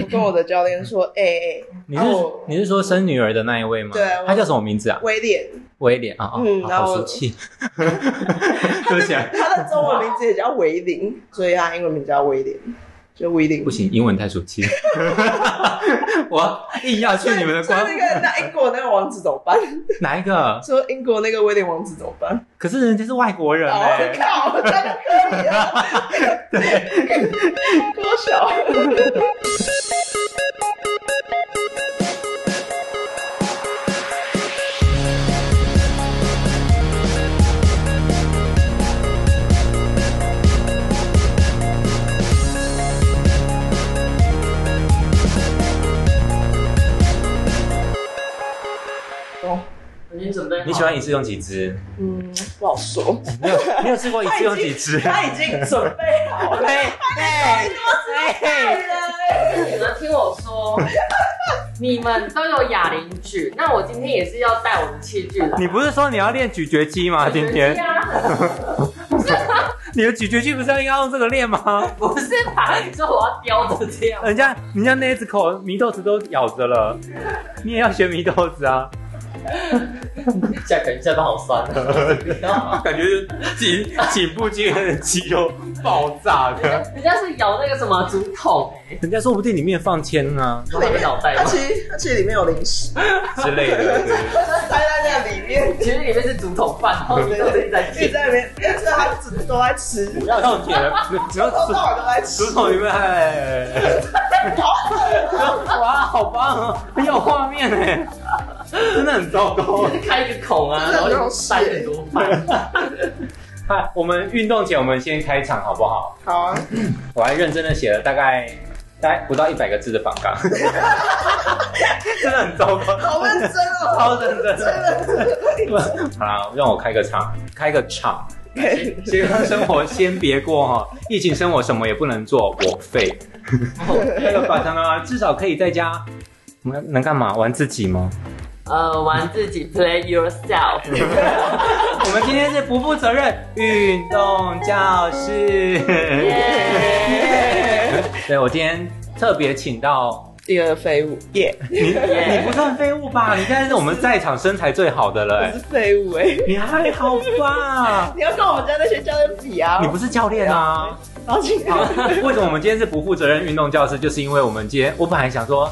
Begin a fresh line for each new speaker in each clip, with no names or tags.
我跟我的教练
嗯
说，哎、欸，
你是、
哦
你是说生女儿的那一位吗？
对我
他叫什么名字啊？
威廉，
威廉啊啊，
嗯
好
然后
好熟悉， 对不起、啊，
他的中文名字也叫维林，所以他英文名叫威廉，就威林
不。行，英文太熟悉， 我硬要去你们 的
所以
官
那个那英国那个王子怎么办？
哪一个？
说英国那个威廉王子怎么办？
可是人家是外国人
然后
哎、
靠，真的可以啊！ 对，多小。
我已经准备好
你喜欢一次用几支？
嗯，不好说。
没有 没有试过一次用几支？
他已经准备好 了。
哎哎哎！
你们听我说， 你们都有哑铃举，那我今天也是要带我的器具来。
你不是说你要练咀嚼肌吗？今天
对啊很
你的咀嚼肌不是要应该用这个 练吗？
不是吧？你说我要叼着这 样，
人家人家那一只口祢豆子都咬着了，你也要学祢豆子啊？
下感觉下巴好酸啊！
感觉颈颈部肌的肌肉爆炸的。
人家是咬那个什么竹筒 哎，
人家说不定里面放铅啊
你的脑袋
它
吗？
其实它其实里面有零食，
之类的，对
塞在那里面，
其实里面是竹筒 饭，然后你都是在
一直
吃。
在那边，但是它只都在吃，
不要用铁了，啊只要
从头 到尾都在吃
竹。筒里面，哎，哇，好棒哦，很有画面哎，真的很糟糕。
开一个孔啊，然后就塞很多 饭。
嗨，我们运动前我们先开场好不好？
好啊，
我还认真的写了大概大概不到一百个字的访 纲，真啊的很糟糕，
好认真哦，
超认真的。 好啦，让我开个场，开个场。健康生活 先别过哈、疫情生活什么也不能做，我废。那个反常 啊，至少可以在家，我们能干嘛？玩自己吗？
呃，玩自己 play yourself，
我们今天是不负责任运动教室。
耶
对我今天特别请到
第二废物耶，
你，你不算废物吧？你现在是我们在场身材最好的了、
我
哎
是废物哎。
你还好吧？
你要跟我们家那些教练比啊
你！不是教练啊？
然后今天
好，为什么我们今天是不负责任运动教室？就是因为我们今天，我本来想说，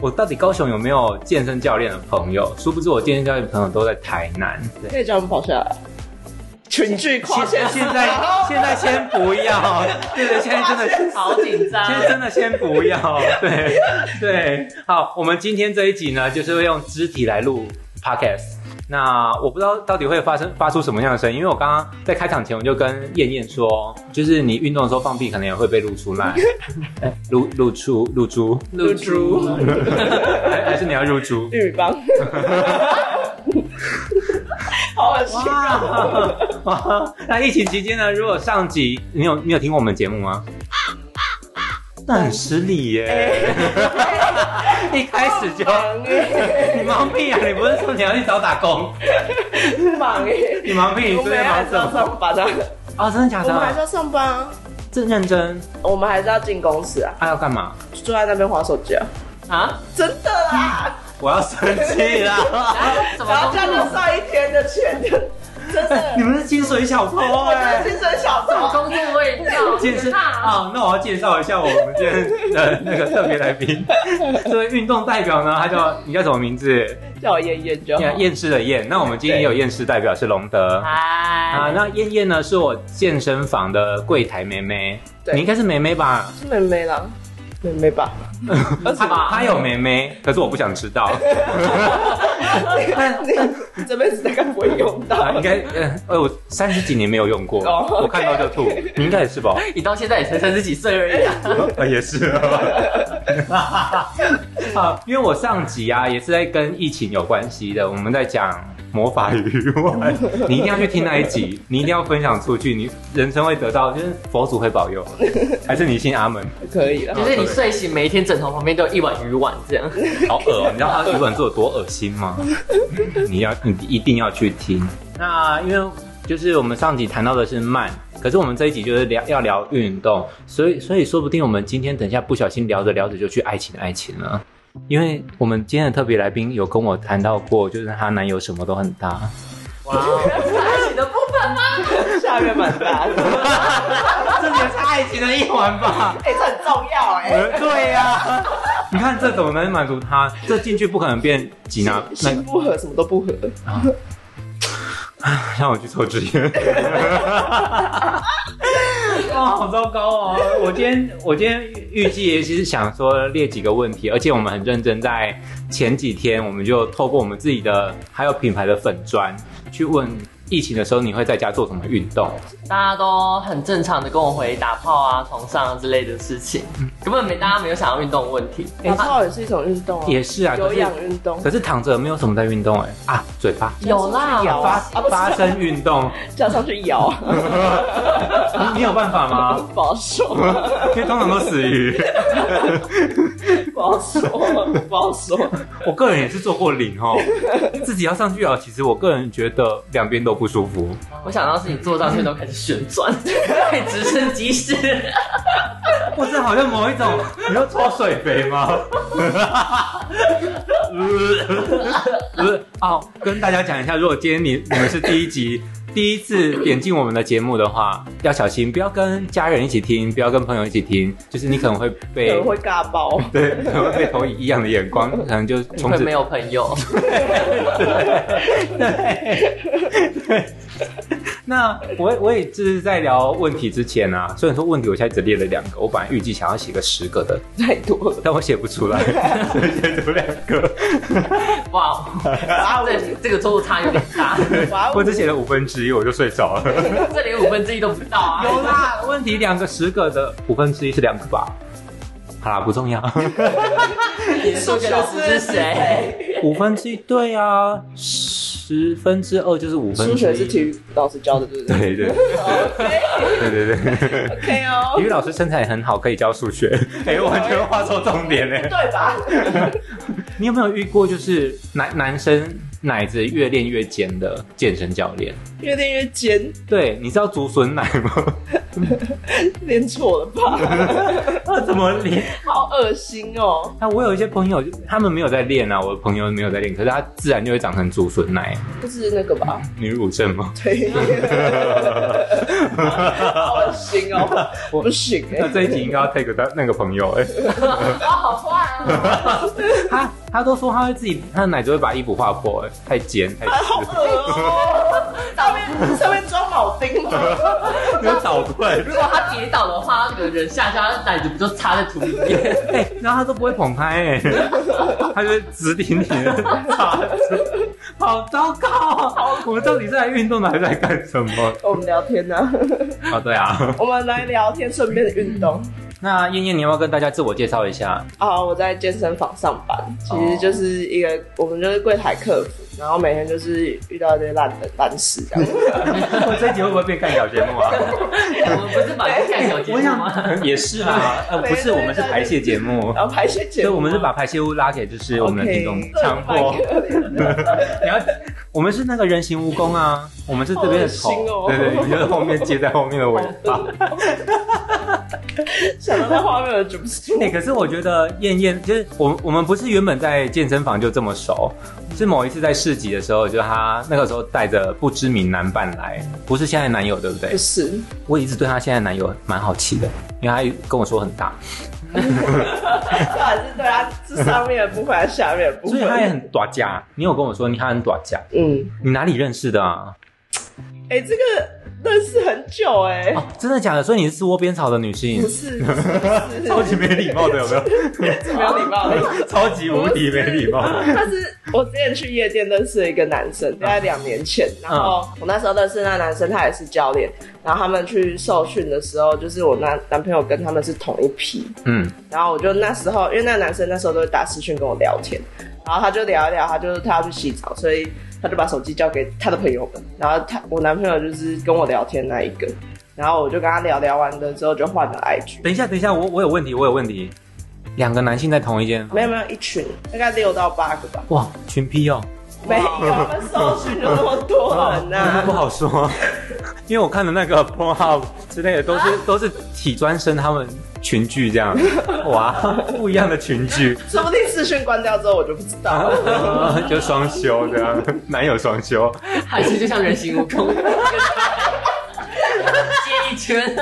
我到底高雄有没有健身教练的朋友？殊不知我健身教练的朋友都在台南。对，
可以叫我们跑下来，群聚跨
现
线
现在现在先不要，对对，现在真的是。
好紧张
今。天真的先不要，对对，好，我们今天这一集呢，就是会用肢体来录 podcast。那我不知道到底会发生发出什么样的声音，因为我刚刚在开场前我就跟燕燕说，就是你运动的时候放屁，可能也会被露出来，哎露露出露珠，
露珠
还还是你要入猪？
玉米棒，好恶心啊！
哇哇！那疫情期间呢？如果上集你有你有听过我们节目吗？那很失礼耶！ 一开始就
忙哎，
你忙屁啊！你不是说你要去找打工？
忙哎。
你忙屁！你
我
最近
们
在
还
忙
是
什
要
么？
上班啊，
啊，真的假
我们还是
的？
要上班啊，
这认真？
我们还是要进公司啊，
他要干嘛？
坐在那边划手机啊，
啊？
真的啦，
我要生气 了！
什
然
么
后
工
这样就
作？
算一天的钱，真的
你，们是清水小 偷
我真
哎
的！精神小
什么
偷，
工作味道？
健身
啊！
啊、那我要介绍一下我们今天的那个特别来 宾，这位运动代表呢，他叫你叫什么名字？
叫我燕燕就好。
燕燕师的燕。那我们今天也有燕师代表是龙德啊。
嗨，
那燕燕呢，是我健身房的柜台妹妹，
对
你应该是妹妹吧？
是妹妹啦，妹妹吧，
那
她她有妹妹，可是我不想知 道。
你哎你这辈子大概不会用到
啊，应该呃，呃我三十几年没有用过，
哦，OK，
我看到就吐。你应该也是吧？
你到现在也才三十几岁而已啊！
呃， 也是啊。啊，因为我上集啊也是在跟疫情有关系的，我们在讲魔法与外，你一定要去听那一集，你一定要分享出去，你人生会得到，就是佛祖会保佑，还是你信阿门？
可以了。
就是你睡醒，每一天枕头旁边都有一碗鱼丸这 样。
好恶、哦，你知道他日文做有多恶心吗？你要，你一定要去听。那因为就是我们上集谈到的是慢，可是我们这一集就是聊要聊运动，所以所以说不定我们今天等一下不小心聊着聊着就去爱情爱情了。因为我们今天的特别来宾有跟我谈到过，就是她男友什么都很大，
哇哦，爱情的部分吗？
下面蛮大的，
这也是爱情的一环吧？
哎、这很重要哎、
对呀、 你看这怎么能满足他？这进去不可能变紧啊！那
心不合，什么都不合。
让我去抽支烟。哇，好糟糕哦！我今天我今天预计也是想说列几个问题，而且我们很认真，在前几天我们就透过我们自己的还有品牌的粉砖去问。疫情的时候，你会在家做什么运动？
大家都很正常的跟我回打炮啊、床上啊之类的事情，
嗯
根本没大家没有想要运动的问题。
打炮也是一种运动啊，
也是啊，
有
可是
氧运动
可是躺着没有什么在运动哎、啊，嘴巴
有啦，
摇
发
啊啊不是
发声运动，
叫上去摇，
你有办法 吗？
啊不好说，
因为通常都死鱼。
不好说，不好说。
我个人也是做过零哦，自己要上去啊。其实我个人觉得两边都不舒服。
我想到是你坐上去都开始 旋转，会直升机式。
哇，这好像某一种，你要搓水杯吗？不是哦，跟大家讲一下，如果今天你你们是第一集。第一次点进我们的节目的话，要小心，不要跟家人一起听，不要跟朋友一起听，就是你可能会
可
被
能会尬爆，
对，可能会被投以异样的眼光，可能就
你
从
会
此
没有朋友，
那我也我也就是在聊问题之前啊，虽然说问题我现在只列了两个，我本来预计想要写个十个的，
太多了。
但我写不 出来，所以写出两个，
哇，
啊，
这这个错误差有点大，
哇
我只写了五分之一，我就睡着了。
这连五分之一都不到啊。
有啦，问题两个十个的五分之一是两个吧？好啦，不重要，
你的数学老师是谁？
五分之一对啊，十分之二就是五分之一。
数学是体育老师教的，对不对
对对对对对对，
？OK
体
哦，
育老师身材很好，可以教 数学。哎、我完全画错重点嘞、
对吧？
你有没有遇过就是男男生奶子越练越尖的健身教练？
越练越尖，
对，你知道竹笋奶 吗？
练错了吧？
他哦怎么练？
好恶心哦！
那我有一些朋友，他们没有在练啊，我的朋友没有在练，可是他自然就会长成竹笋奶，
不是那个 吧？
女乳症吗？
对，好恶心哦，不行
那
哎，
这一集应该要 take 到那个朋友哎、
啊，好坏啊！
他他都说他会自己，他的奶就会把衣服划破哎、太尖太
好
湿，
恶哦！ 上面上面装铆钉吗？
你要倒退。
如果他跌倒的话，他整个人下去，他的奶子不就插在土里面？
哎、然后他都不会捧 开、哎，他就会直挺挺的插着，好糟糕、哦！我们到底是来运动的还是来干什 么？
我们聊天 呢，
啊，对啊。
我们来聊天，顺便运动。
那燕燕，你要不要跟大家自我介绍一下？
啊，我在健身房上班，其实就是一个我们就是柜台客服，然后每天就是遇到一堆烂的烂事这 样。
我这一集会不会变干小节目 啊？
我们不是把这干小节目吗？
也是啦，呃，不是，我们是排泄节目，
然后排泄节
所以
目，
我们是把排泄物拉给就是我们的听众
OK，，
强迫你要，我们是那个人形蜈蚣啊，我们是这边的头
好恶心哦，
对对，你就是后面接在后面的尾巴。
想到那画面我就不住。
哎、可是我觉得燕燕就是我，我们不是原本在健身房就这么熟，是某一次在市集的时候，就她那个时候带着不知名男伴来，不是现在男友对不对
不？是，
我一直对她现在男友蛮好奇的，因为她跟我说很大，
到底是对他是上面的部分还是下面的部
所
分？
以她也很短家。你有跟我说你她很短家，
嗯，
你哪里认识的啊？
哎、这个认识很久哎、
哦，真的假的？所以你是吃窝边草的女性
不，是，不是，不是
超级没礼貌的有没有？
没有礼貌的。
超级 无敌没礼 貌。
但是我之前去夜店认识了一个男生，大概两年前，
嗯
然后我那时候认识那男生，他也是教练，然后他们去受训的时候，就是我男男朋友跟他们是同一批，
嗯，
然后我就那时候，因为那男生那时候都会打私讯跟我聊天，然后他就聊一聊，他就是他要去洗澡，所以他就把手机交给他的朋友们，然后他我男朋友就是跟我聊天那一个，然后我就跟他聊聊完了之后就换了 IG，
等一下，等一下，我我有问题，我有问题。两个男性在同一间，
没有没有一群，大概六到八个吧，
哇，群批哦。
没有，他搜寻就那么多啊人
那不
呐、
好 说，因为我看的那个 Pornhub 之类的都是都是体专生他们群聚这 样，哇，不一样的群 聚，
说不定视讯关掉之后我就不知道了。
就双休这样，男友双休，
还是就像人形蜈蚣，接一圈，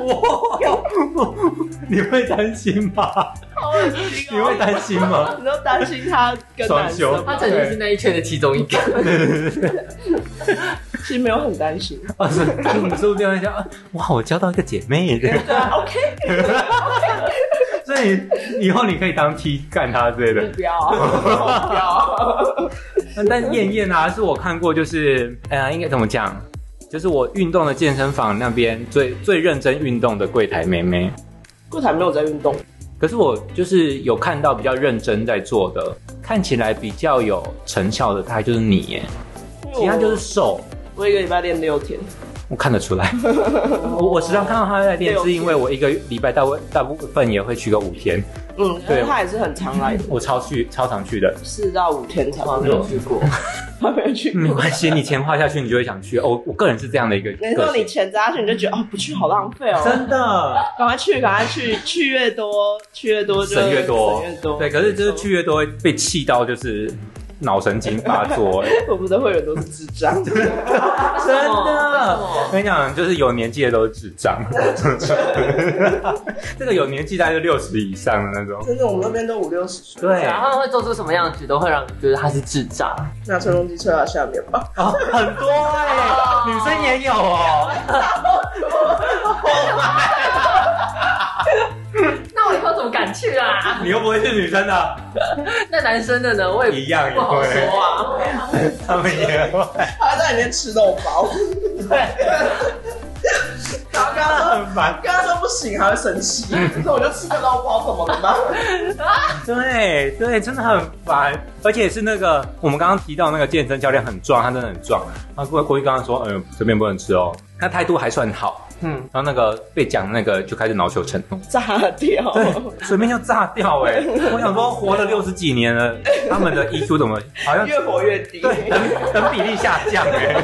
哇， 你会担心吗？
好恶心
你会担心吗？
你都担心他跟男生
双
吗
他？曾经是那一圈的其中一个。
其实没有很担心。
啊，是，你说不定会想，啊 哇，我交到一个姐 妹，
对啊，OK，
所以以后你可以当 T 干他之类的。
不 要啊，不要啊。
但但艳艳啊，是我看过，就是呃，应该怎么讲？就是我运动的健身房那边最最认真运动的柜台妹妹，
柜台没有在运动，
可是我就是有看到比较认真在做的，看起来比较有成效的，大概就是你耶，
哎
其他就是瘦，
我一个礼拜练六天，
我看得出来。我我时常看到她在练，是因为我一个礼拜大部大部分也会去个五天，
嗯，
对
但他也是很常 来，
我超去超常去的。
四到五天才
我
会
没有去过，
他没有去
没
过。
关系，你钱花下去，你就会想去。哦，我个人是这样的一个
那时
个
候你
性，
钱砸下去，你就觉得哦，不去好浪费哦，
真的。
赶快去，赶快去，去越多，去越多就
省越多，
省越多。
对，可是就是去越多会被气到，就是脑神经发作、 哎
我们的会员都是智障，
真
为什
的，
么
我跟你讲，就是有年纪的都是智 障。这个有年纪大概就六十以上的那种。
真的，我 们那边都五六十岁，
对，啊
然后他们会做出什么样的举动，会让你觉得他是智障？
拿吹风机吹到下面吧。
哦，很多哎、女生也有哦。
那我以后怎么敢去啊？
你又不会是女生的，啊
那男生的呢？我也
一样也
不好说
会，
啊。
他们也 会，
他在里面吃肉包，
对，
然后刚刚说
很烦。
刚刚说不行，还会生气，
嗯
那我就吃个肉包怎么了吗？
对对，真的很烦，而且是那个我们刚刚提到那个健身教练很壮，他真的很壮。啊他过过去刚刚说，嗯、这边不能吃哦，他态度还算好。
嗯，
然后那个被讲那个就开始恼羞成怒，
炸掉，
对，随便就炸掉哎、我想说，活了六十几年了，他们的 EQ 怎么好像
越活越低。
对等等比例下降哎、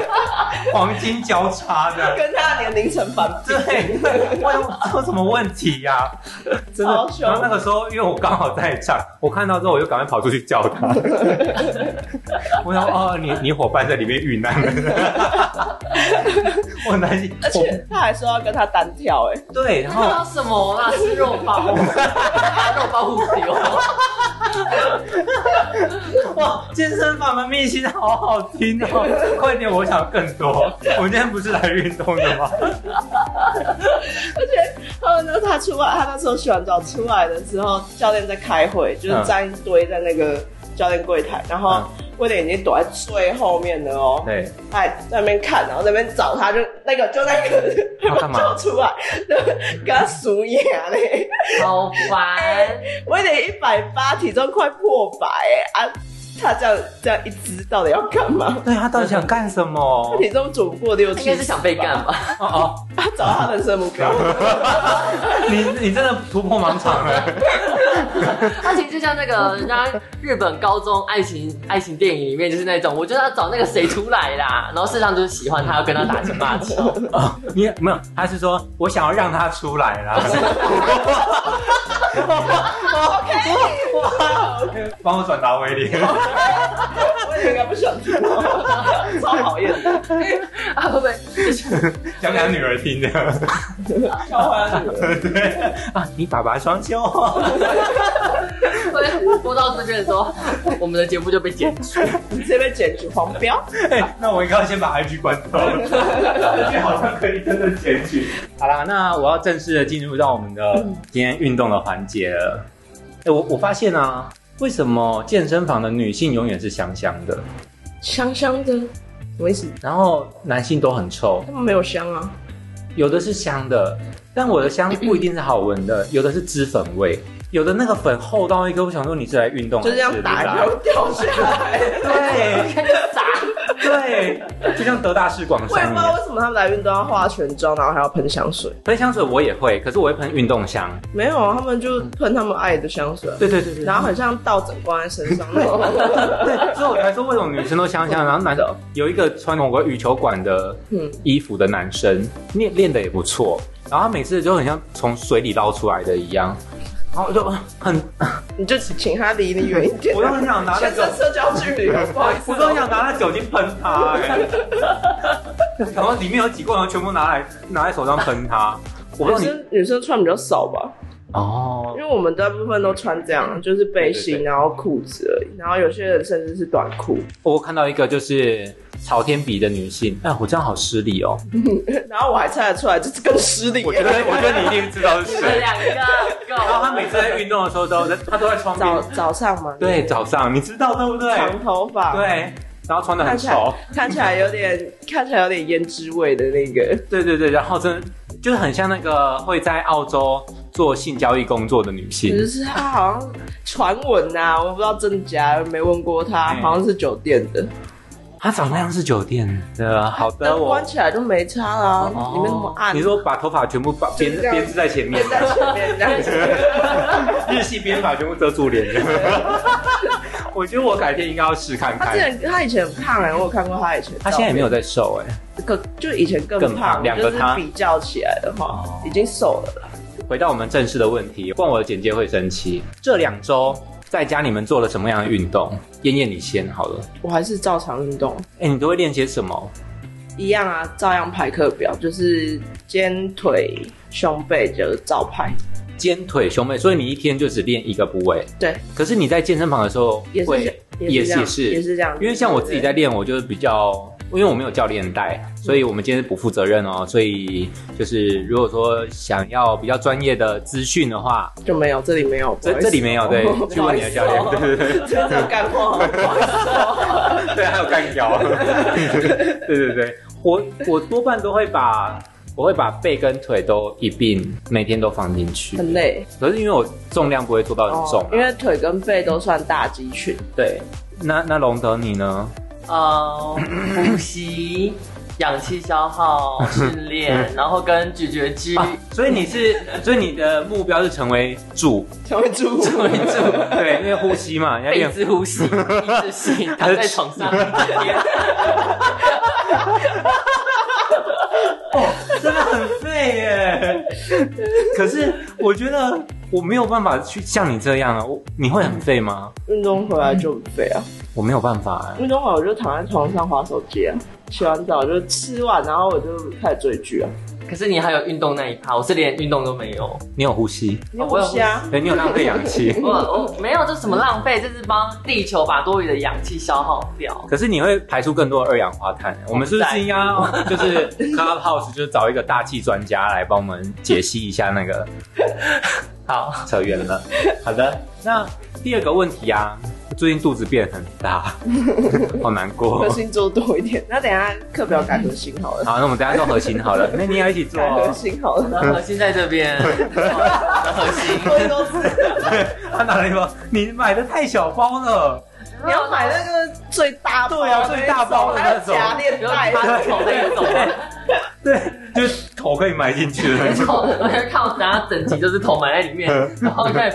黄金交叉 的。
跟他的年龄层反比，
对，我有有什么问题呀、 真的
超。凶
然后那个时候，因为我刚好在场，我看到之后我就赶快跑出去叫 他。我想，哦，你你伙伴在里面遇难了， 我很担心。
而且他还说要跟他单挑、哎，
我对，然
那
后
叫什么啦？吃肉 包，
肉包护体哦，
哇，健身房的秘辛好好听哦！ 快点，我想更多。我们今天不是来运动的吗？
而且他们说他出来，他那时候洗完澡出来的时候，教练在开会，就是站一堆在那个教练柜台，然后
嗯
威廉已经躲在最后面了哦，
对，
他还在那边看，然后在那边找他，就那个就那个
他干嘛
就出来，就跟他数眼嘞，
好烦。
哎
威廉一百八，体重快破百、哎啊，他这样这样一支到底要干嘛？
对他到底想干什么？
他体重总不过六七，
应该是想被干？吧？
哦哦，
他找到他人生目标。
你你真的突破盲场了。
他其实就像那个人家日本高中爱情爱情电影里面，就是那种我就是要找那个谁出来啦，然后事实上就是喜欢他，要跟他打情骂俏。
哦，你没有，他是说我想要让他出来啦。帮我转达威廉。
我也应该不想听，超讨厌的，
啊，会不会
讲给他女儿听的。
超讨厌的。
对啊，你爸爸双休。
会播到这边的时候，我们的节目就被剪出？
你这边检举黄标，
哎那我应该要先把 IG 关掉了，这好像可以真的检举。好啦，那我要正式的进入到我们的今天运动的环节了。哎、我我发现啊，为什么健身房的女性永远是香香的，
香香的，什么意思？
然后男性都很臭？
他们没有香啊，
有的是香的，但我的香不一定是好闻的，有的是脂粉味，有的那个粉厚到一个，我想说你是来运动
就
还
这样打
来
就掉下来。
对，
看就砸，
对，就像德大式广
我也
山
不
一
知道
样。
为什么他们来运动要化全妆，然后还要喷香水。
喷香水我也会，可是我会喷运动香。
没有，啊，他们就喷他们爱的香水啊，
对对对对。
然后很像倒整罐在身上那种。
对，所以我才说为什么女生都香香，然后男的有一个穿某个羽球馆的
嗯
衣服的男生，练练的也不错，然后他每次就很像从水里捞出来的一样，然后我就啊很，
你就请他离你远一点。
我都很想拿那
全
个
身，社交距离，不好意思哦
我都很想拿那酒精喷他、 欸，然后里面有几罐，然后全部拿来拿在手上喷他，我不
女
知道你
生女生穿比较少吧，
哦
因，为我们大部分都穿这样，就是背
嗯对对
心，然后裤子而已，然后有些人甚至是短裤，
我看到一个就是朝天鼻的女性，哎，我这样好失礼哦，
然后我还猜得出来，这是更失礼。
我觉得我觉得你一定知道是
你们
谁。
两个
然后
够。
他每次在运动的时候都在，他都在窗边
早早上嘛，
对，早上你知道对不对？
长头发，，
对，然后穿的很
看起来
潮，
看起来有点看起来有点胭脂味的那个，
对对对，然后真的就是很像那个会在澳洲做性交易工作的女性
只，是他好像传闻呐，我不知道真假，没问过他，
嗯
好像是酒店的，
她长那样是酒店的，好的
灯
我哦
关。起来就没差啦，里面那么暗，
你说把头发全部把
就是
编
这样
编织在 前面
别，在前面这样子。
日系编发全部遮住脸。 我觉得我改天应该要试看
他之
看。
前他以前很胖哎、我有看过他以前，
她现在也没有在瘦哎、
有，更就以前更
更胖
胖，
两个
就是
他
比较起来的话
哦，
已经瘦了啦。
回到我们正式的问题，问我的简介会生气。这两周在家你们做了什么样的运动？燕燕你先好了。
我还是照常运动，
哎、你都会练些什么？
一样啊，照样排课表，就是肩、腿、胸背就照排。
肩、腿、胸背，所以你一天就只练一个部位。
对，
可是你在健身房的时候
也是
会，
也
也
是
是
这样也是这样，
因为像我自己在
对
练，我就是比较，因为我没有教练带，
嗯
所以我们今天是不负责任哦。所以就是如果说想要比较专业的资讯的话，
就没有这里没有，
这这里没 有对，
哦
去问你的教练，对对对。
真的干货，不好意思哦
对，还有干掉。 对对对，我我多半都会把我会把背跟腿都一并每天都放进去，
很累
可是因为我重量不会做到很重、啊
哦，因为腿跟背都算大肌群，
对。那那龙德你呢？
呃，呼吸、氧气消耗、训练，然后跟咀嚼肌。
啊，所以你是，所以你的目标是成为柱，
成为猪，成为猪。
对，因为呼吸嘛，你要
背
练。
姿呼吸，一直吸，躺在床上一天。
真的很废耶。可是我觉得我没有办法去像你这样啊，我你会很废吗？
运动回来就很肥啊，
我没有办法哎。
运动完我就躺在床上划手机啊，洗完澡就吃完，然后我就开始追剧啊。
可是你还有运动那一趴，我是连运动都没有。
你有呼吸，
你有啊虾？
对，你有浪费氧气。
我我没有，这什么浪费？这是帮地球把多余的氧气消耗掉。
可是你会排出更多的二氧化碳。我们是不是应该要就是 Clubhouse 就找一个大气专家来帮我们解析一下那个？
好，
扯远 了。好的，那第二个问题啊，最近肚子变很 大，好难过
核。心做多一点，那等一下课表改核心好了，
好，那我们等一下做核心好 了。那你要一起做
改核
哦。
心好了，
那核心在这边，那核心。
所以都是
他拿了一包，你买的太小包了。
你要买那个最大包的
对啊最大包的
还
那
有
种
夹链
有
带
他
的，
头那一种，
啊对， 就是头可以埋进 去
然
了。
后我就看我等下整集都是头埋在里面，然后看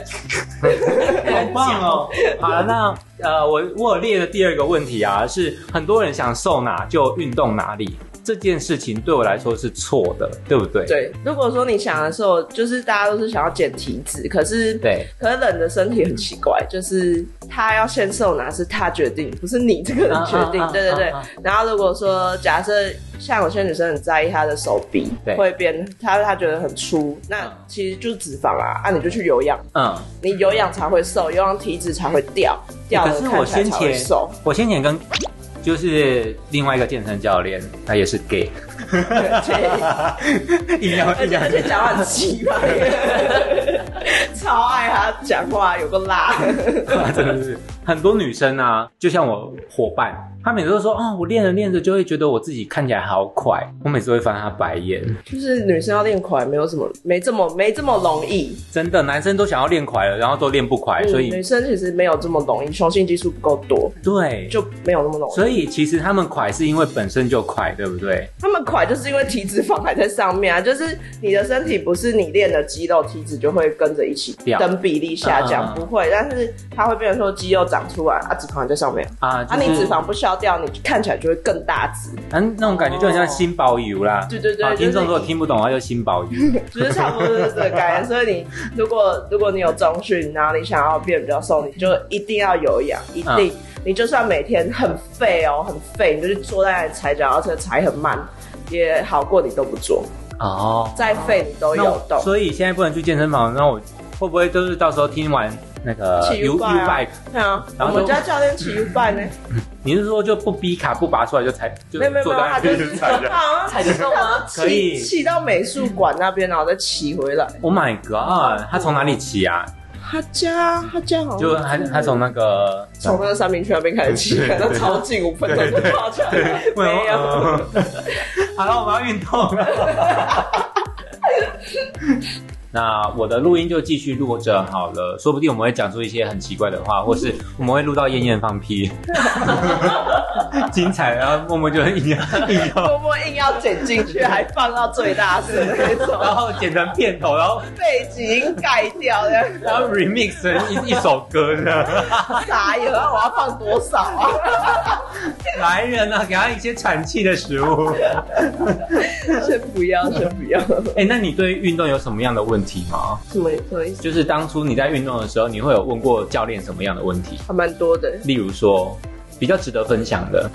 好棒哦！好了，那呃，我我有列的第二个问题啊，是很多人想瘦哪就运动哪里，这件事情对我来说是错的，对不对？
对，如果说你想的时候，就是大家都是想要减体脂，可是
对
可是人的身体很奇
嗯
怪，就是他要先瘦哪是他决定，不是你这个人决定。
啊啊啊
对对对。
啊啊
然后如果说假设像有些女生很在意她的手臂
对
会变，她她觉得很粗，那
嗯
其实就是脂肪啊，啊你就去有氧，
嗯，
你有氧才会瘦，有氧体脂才会掉，掉
可
了
是我
看起来
先
才会
前
瘦。
我先前跟就是另外一个健身教练，他也是 gay，硬要
而且 而且讲话很奇怪，超爱他讲话，有个辣。
真的是很多女生啊，就像我伙伴，他每次都说啊、我练着练着就会觉得我自己看起来好快，我每次都会翻他白眼。
就是女生要练快，没有什么，没这么没这么容易。
真的，男生都想要练快了，然后都练不快，所
嗯
以
女生其实没有这么容易，雄性激素不够多，
对，
就没有那么容易。
所以其实他们快是因为本身就快，对不对？
他们快就是因为体脂肪还在上面啊，就是你的身体不是你练的肌肉，体脂就会跟着一起
掉
等比例下降，
嗯
不会，但是它会变成说肌肉长出来，啊，脂肪还在上面，
啊，
啊，
就
你
是
脂肪不消掉，你看起来就会更大只，
嗯那种感觉就很像心包油啦。
哦对对对
好，听众如果
就是
听不懂的话，就心包油。
就是差不多就是这个概念。所以你如果如果你有中训，然后你想要变比较瘦，你就一定要有氧，一定。
嗯
你就算每天很废哦，很废，你就是坐在那里踩脚踏车踩很慢，也好过你都不做，
哦，
再废你都有
那
动
我。哦所以现在不能去健身房，那我会不会就是到时候听完那个
骑
U U
U bike 啊
bike，
对啊，
然
我
后
们
就
家教练骑 U 拜呢，
你是说就不逼卡不拔出来就踩，就
没有没有没
坐
有，
在
他
那
就
边
是
踩 着
他
踩得动吗？
可以
骑骑到美术馆那边，然后再骑回来。
？Oh my god！他从哪里骑啊？
他家他家好像
就他他从那个
从那个三明区那边开始骑，
对对
那超近，五分钟就跑出 来了，没有。
嗯。 好了，我们要运动了。 那我的录音就继续录着好了，说不定我们会讲出一些很奇怪的话，或是我们会录到燕燕 放屁，精彩。然后默默就会硬要硬要，
默默硬要剪进去，还放到最大 声的那
然
种，
后剪成片头，然后
背景音盖掉的，
然后 remix 成一一首歌的。
傻眼，我要放多少啊？
来人啊，给他一些产气的食 物。
先不要，先不要。
哎、那你对运动有什么样的问题吗？
什么什么意思？
就是当初你在运动的时候，你会有问过教练什么样的问题？
还蛮多的，
例如说，比较值得分享的，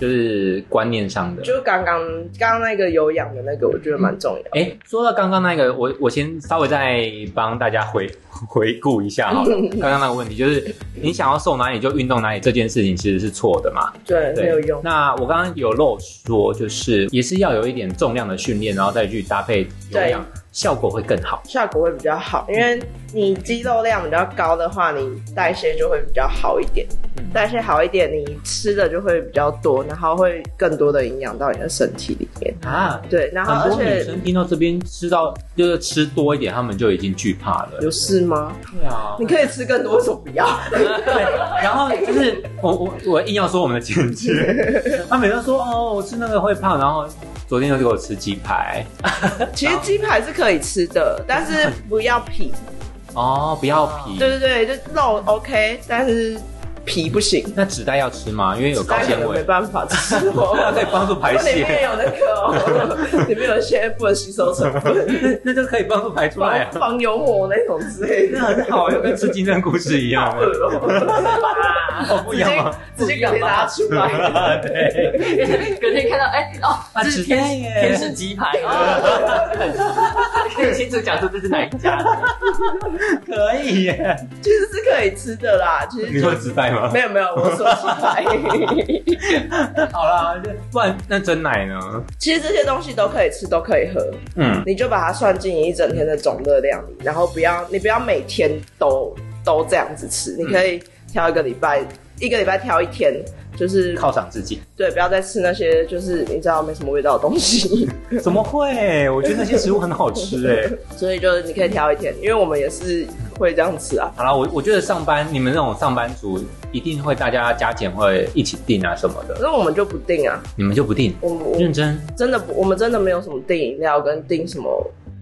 就是观念上的。
就刚刚刚刚那个有氧的那个，我觉得蛮重要。
哎、说到刚刚那个，我我先稍微再帮大家回 回顾一下好了。
嗯
刚刚那个问题就是，你想要瘦哪里就运动哪里，这件事情其实是错的嘛？
对，没有用。
那我刚刚有漏说，就是也是要有一点重量的训练，然后再去搭配有氧，效果会更好。
效果会比较好，因为你肌肉量比较高的话，你代谢就会比较好一点
嗯。
代谢好一点，你吃的就会比较多，然后会更多的营养到你的身体里面。
啊，
对，然后嗯
很
而
多女
且
生听到这边吃到就是吃多一点，她们就已经惧怕了。
有事吗？
对啊
你可以吃更多，为什么不要？
对，然后就是我我我硬要说我们的剪 辑，他每次都说哦，我吃那个会胖，然后昨天又给我吃鸡排，
其实鸡排是可以吃的，但是不要皮。
哦，不要皮，
对对对，就肉 OK，但是皮不行，
那纸袋要吃吗？因为有高
大家可
纤
能没
维，
办法吃
那
哦。
可以帮助排
里面
泄，
有那个、哦，里面有一些不能吸收 成分，
那就可以帮助排出来
防
啊。
防油膜那种之类的，
那很好，又跟吃金针菇是一样
好恶
的，
哦
哦，不一样吗？
直接给它拿出来。
对，
隔天看到，哎、哦，
啊
这是
纸袋
天
耶
天使鸡排，哦、可以清楚讲出这是哪一家的。
可以耶。
其实是可以吃的啦，其
你
实就
说纸袋吗
没？有没有，我说鸡排。
好啦，不然那真奶呢？
其实这些东西都可以吃，都可以喝，
嗯，
你就把它算进你一整天的总热量里，然后不要你不要每天都都这样子吃，你可以挑一个礼拜，一个礼拜挑一天，就是
犒赏自己。
对，不要再吃那些就是你知道没什么味道的东西，
怎么会？我觉得那些食物很好吃哎。
所以就是你可以挑一天，因为我们也是会这样吃啊。
好啦，我我觉得上班你们那种上班族一定会大家加减会一起订啊什么
可
的，
是我们就不定啊，
你们就不订？
我们我
认
们
真
真的不，我们真的没有什么订饮料跟订什么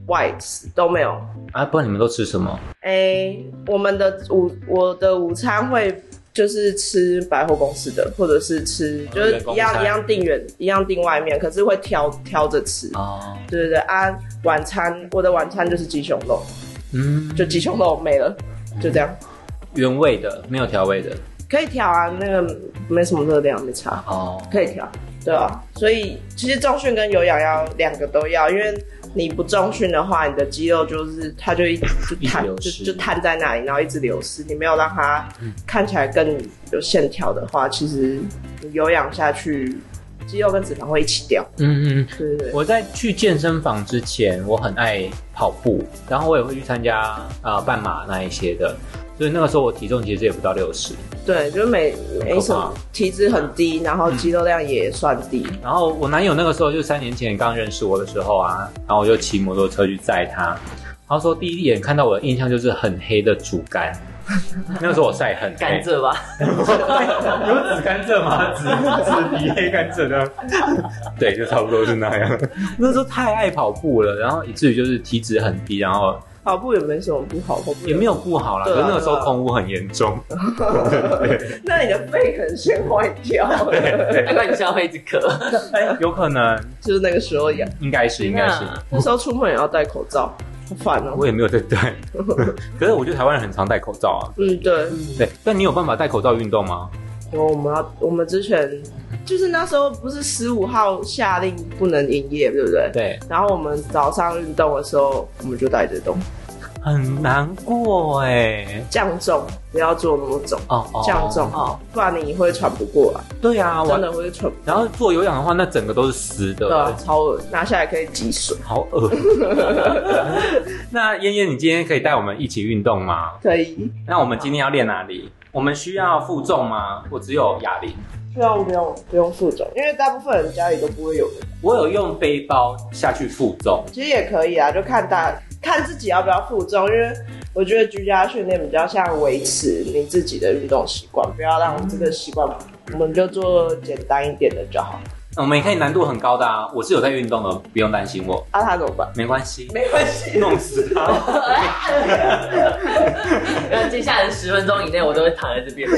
外食都没有。
啊，不然你们都吃什么？
哎、
嗯
我们的午我的午餐会就是吃百货公司的，或者是吃就是一
哦员工
样
餐
一样订远一样订外面，可是会挑挑着吃。
哦，
对对对啊，晚餐我的晚餐就是鸡胸肉，
嗯，
就鸡胸肉没了，就这样。
原味的，没有调味的。
可以调啊，那个没什么热量，没差，
哦，
可以调。对啊，所以其实重训跟有氧要两个都要，因为你不重训的话，你的肌肉就是它就一就
一直
瘫
流
就
失
就瘫在那里，然后一直流失。你没有让它看起来更有线条的话，其实你有氧下去，肌肉跟脂肪会一起掉。
嗯嗯，
对对对，
我在去健身房之前，我很爱跑步，然后我也会去参加啊、呃半马那一些的。所以那个时候我体重其实也不到六十，
对，就是没没什么，体脂很低，然后肌肉量也算低，
然后我男友那个时候就是三年前刚认识我的时候啊，然后我就骑摩托车去载他。他说第一眼看到我的印象就是很黑的竹竿， 那个时候我晒很黑
甘，蔗吧，
有紫甘蔗吗？紫紫皮黑甘蔗的， 对，就差不多是那样。那时候太爱跑步了，然后以至于就是体脂很低，然后
跑步也没什么不好，跑步
也没
有。
有不好啦。
对啊
可是那个时候空污很严重，
那你的肺可能先坏掉了，
难怪你现在会一直咳。
哎，有可能
就是那个时候呀。
应该是应该是，
那时候出门也要戴口罩，好烦哦、
我也没有在戴。 可是我觉得台湾人很常戴口罩啊。
嗯，对，
对，但你有办法戴口罩运动吗？
然后我们要，我们之前就是那时候不是十五号下令不能营业，对不对？
对，
然后我们早上运动的时候，我们就带着动，
很难过哎、
降重，不要做那么重，
哦哦
降重，
哦
不然你会喘不过来，
对啊，
真
我
的会喘不
然后做有氧的话，那整个都是湿的，
过来，啊超恶，拿下来可以挤水，
好恶。 那燕燕，你今天可以带我们一起运动吗？
可以。
那我们今天要练哪里？我们需要负重吗？我只有哑铃，
不用不用不用负重，因为大部分人家里都不会有的，
我有用背包下去负重。
其实也可以啊，就看大看自己要不要负重，因为我觉得居家训练比较像维持你自己的运动习惯，不要让这个习惯，我们就做简单一点的就好。
那我们也可以难度很高的啊，我是有在运动的，不用担心我，
啊，他怎么办？
没关系，
没关系，
弄死他。
那接下来十分钟以内，我都会躺在这边，我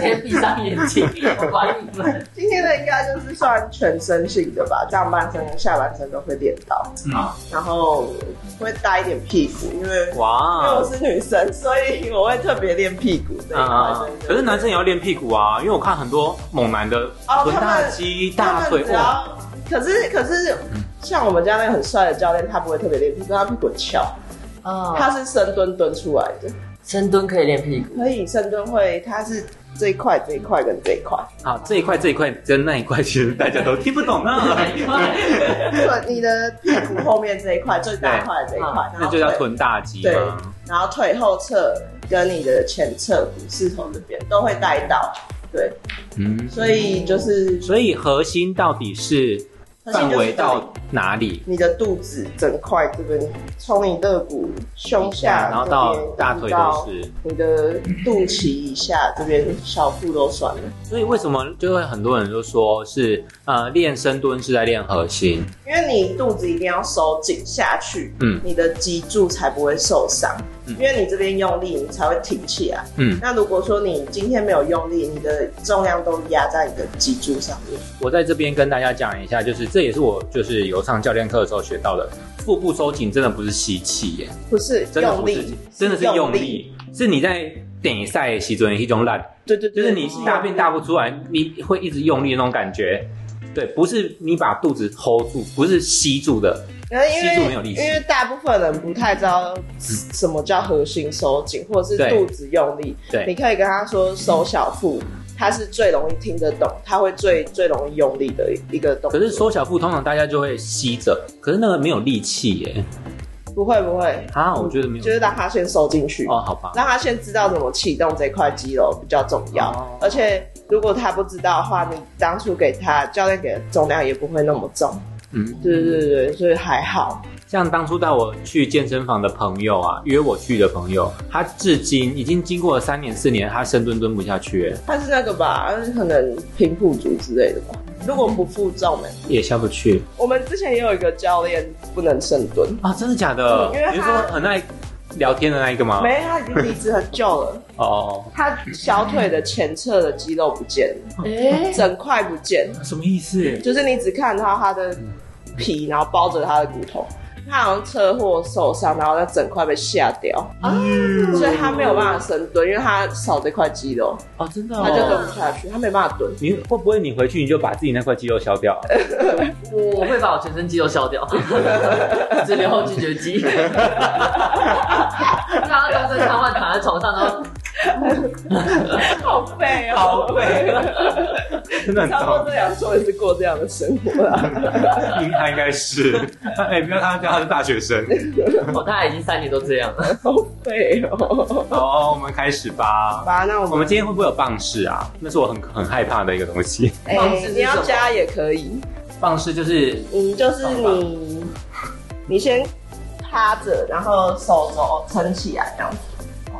先闭上眼睛，我管你们。
今天的应该就是算全身性的吧，上半身跟下半身都会练到，
嗯，
然后会搭一点屁股，因为因为
哇哦
我，是女生，所以我会特别练屁股这一块。所以就
啊可是男生也要练屁股啊，因为我看很多猛男的
哦
臀
他们
大肌、
他
大
们
腿，
只
哇，
要，可是可是，像我们家那个很帅的教练，他不会特别练屁股，他屁股很翘，
啊，
他是深蹲蹲出来的，
深蹲可以练屁股，
可以深蹲会，他是这一块这一块跟这一块，
好这一块这一块跟那一块，其实大 家都听不懂啊。
臀你的屁股后面这一块最大块的这一块，然
啊那
后
就叫
腿，
臀大肌
对
嘛。
然后腿后侧跟你的前侧股四头这边都会带到。对，
嗯，
所以就是
所以核心到底是范围到哪里？
你的肚子整块这边，从你肋骨、胸下，
然后到大腿都。是。
你的肚脐以下这边小腹都酸了，
所以为什么就会很多人就说是呃练深蹲是在练核心？
因为你肚子一定要收紧下去，
嗯
你的脊柱才不会受伤，
嗯
因为你这边用力，你才会挺起来。
嗯，
那如果说你今天没有用力，你的重量都压在你的脊柱上面，
我在这边跟大家讲一下，就是这也是我就是有上教练课的时候学到的，腹部收紧真的不是吸气耶，
不是
真的
用
不是
力，，
真的是
用
用力，是你在顶赛其中的一种懒
对对
就
对，
是你大便大不出来，你会一直用力那种感觉。对，不是你把肚子 hold 住，不是吸住的，
然后因
吸住
为
没有力气嗯
因为大部分人不太知道什么叫核心收紧，或者是
对
肚子用力。
对
你可以跟他说收小腹，他是最容易听得懂，他会最最容易用力的一个动作。
可是缩小腹通常大家就会吸着，可是那个没有力气耶。
不会不会，
啊，我觉得没有。
就是让他先收进去，
哦，好吧。
让他先知道怎么启动这块肌肉比较重要。
哦
而且如果他不知道的话，你当初给他教练给的重量也不会那么重。
嗯，
对对对，所以还好。
像当初带我去健身房的朋友啊，约我去的朋友，他至今已经经过了三年四年，他深蹲蹲不下去耶，
他是那个吧，他是可能平铺组之类的吧。如果不负重欸呢？
也下不去
我们之前也有一个教练不能深蹲，
啊！真的假的？
嗯因为他
你是说很爱聊天的那一个吗？
没，他已经离职很久了，
哦，
他小腿的前侧的肌肉不见了，
哎，
整块不见，
什么意思？
就是你只看到他的皮，然后包着他的骨头。他好像车祸受伤，然后他整块被下掉，所以他没有办法深蹲，因为他少这块肌肉，
哦，真的、哦，
他就蹲不下去，他没办法蹲。
你会不会你回去你就把自己那块肌肉消掉、啊？
我会把我全身肌肉消 掉，只 留后咀嚼肌。让他终身瘫痪躺在床上，然后
好废哦，
好废， 真的很
差不多
糟。
这两周也是过这样的生活啦。
应他应该是， 哎、不要他叫他是大学生。
哦，他已经三年都这样了。
好废哦。
好，我们开始吧
好。吧，那我
我
们
们今天会不会有棒式啊？那是我很很害怕的一个东西。
哎、
棒式是
你
什
要
么
加也可以，
棒式就是
嗯，就是
好吧
你你先趴着，然后手肘撑起来这样子，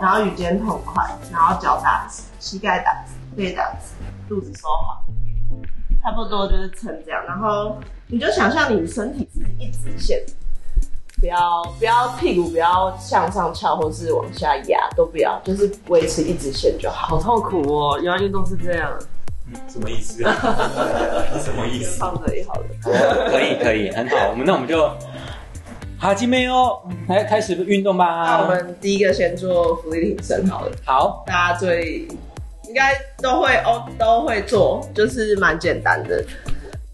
然后与肩同宽，然后脚打直，膝盖打直，背打直，肚子收好，差不多就是撑这样。然后你就想象你身体是一直线，不要不要屁股不要向上翘或是往下压，都不要，就是维持一直线就好。
好痛苦哦，原来运动是这样。
嗯什么意 思？什么意
就
思？
放这里好了。
可以可以，很好。我们那我们就哈基妹哦，来开始运动
那我
吧。
们第一个先做浮力挺身好了。
好，
大家最应该都会哦，都会做，就是蛮简单的，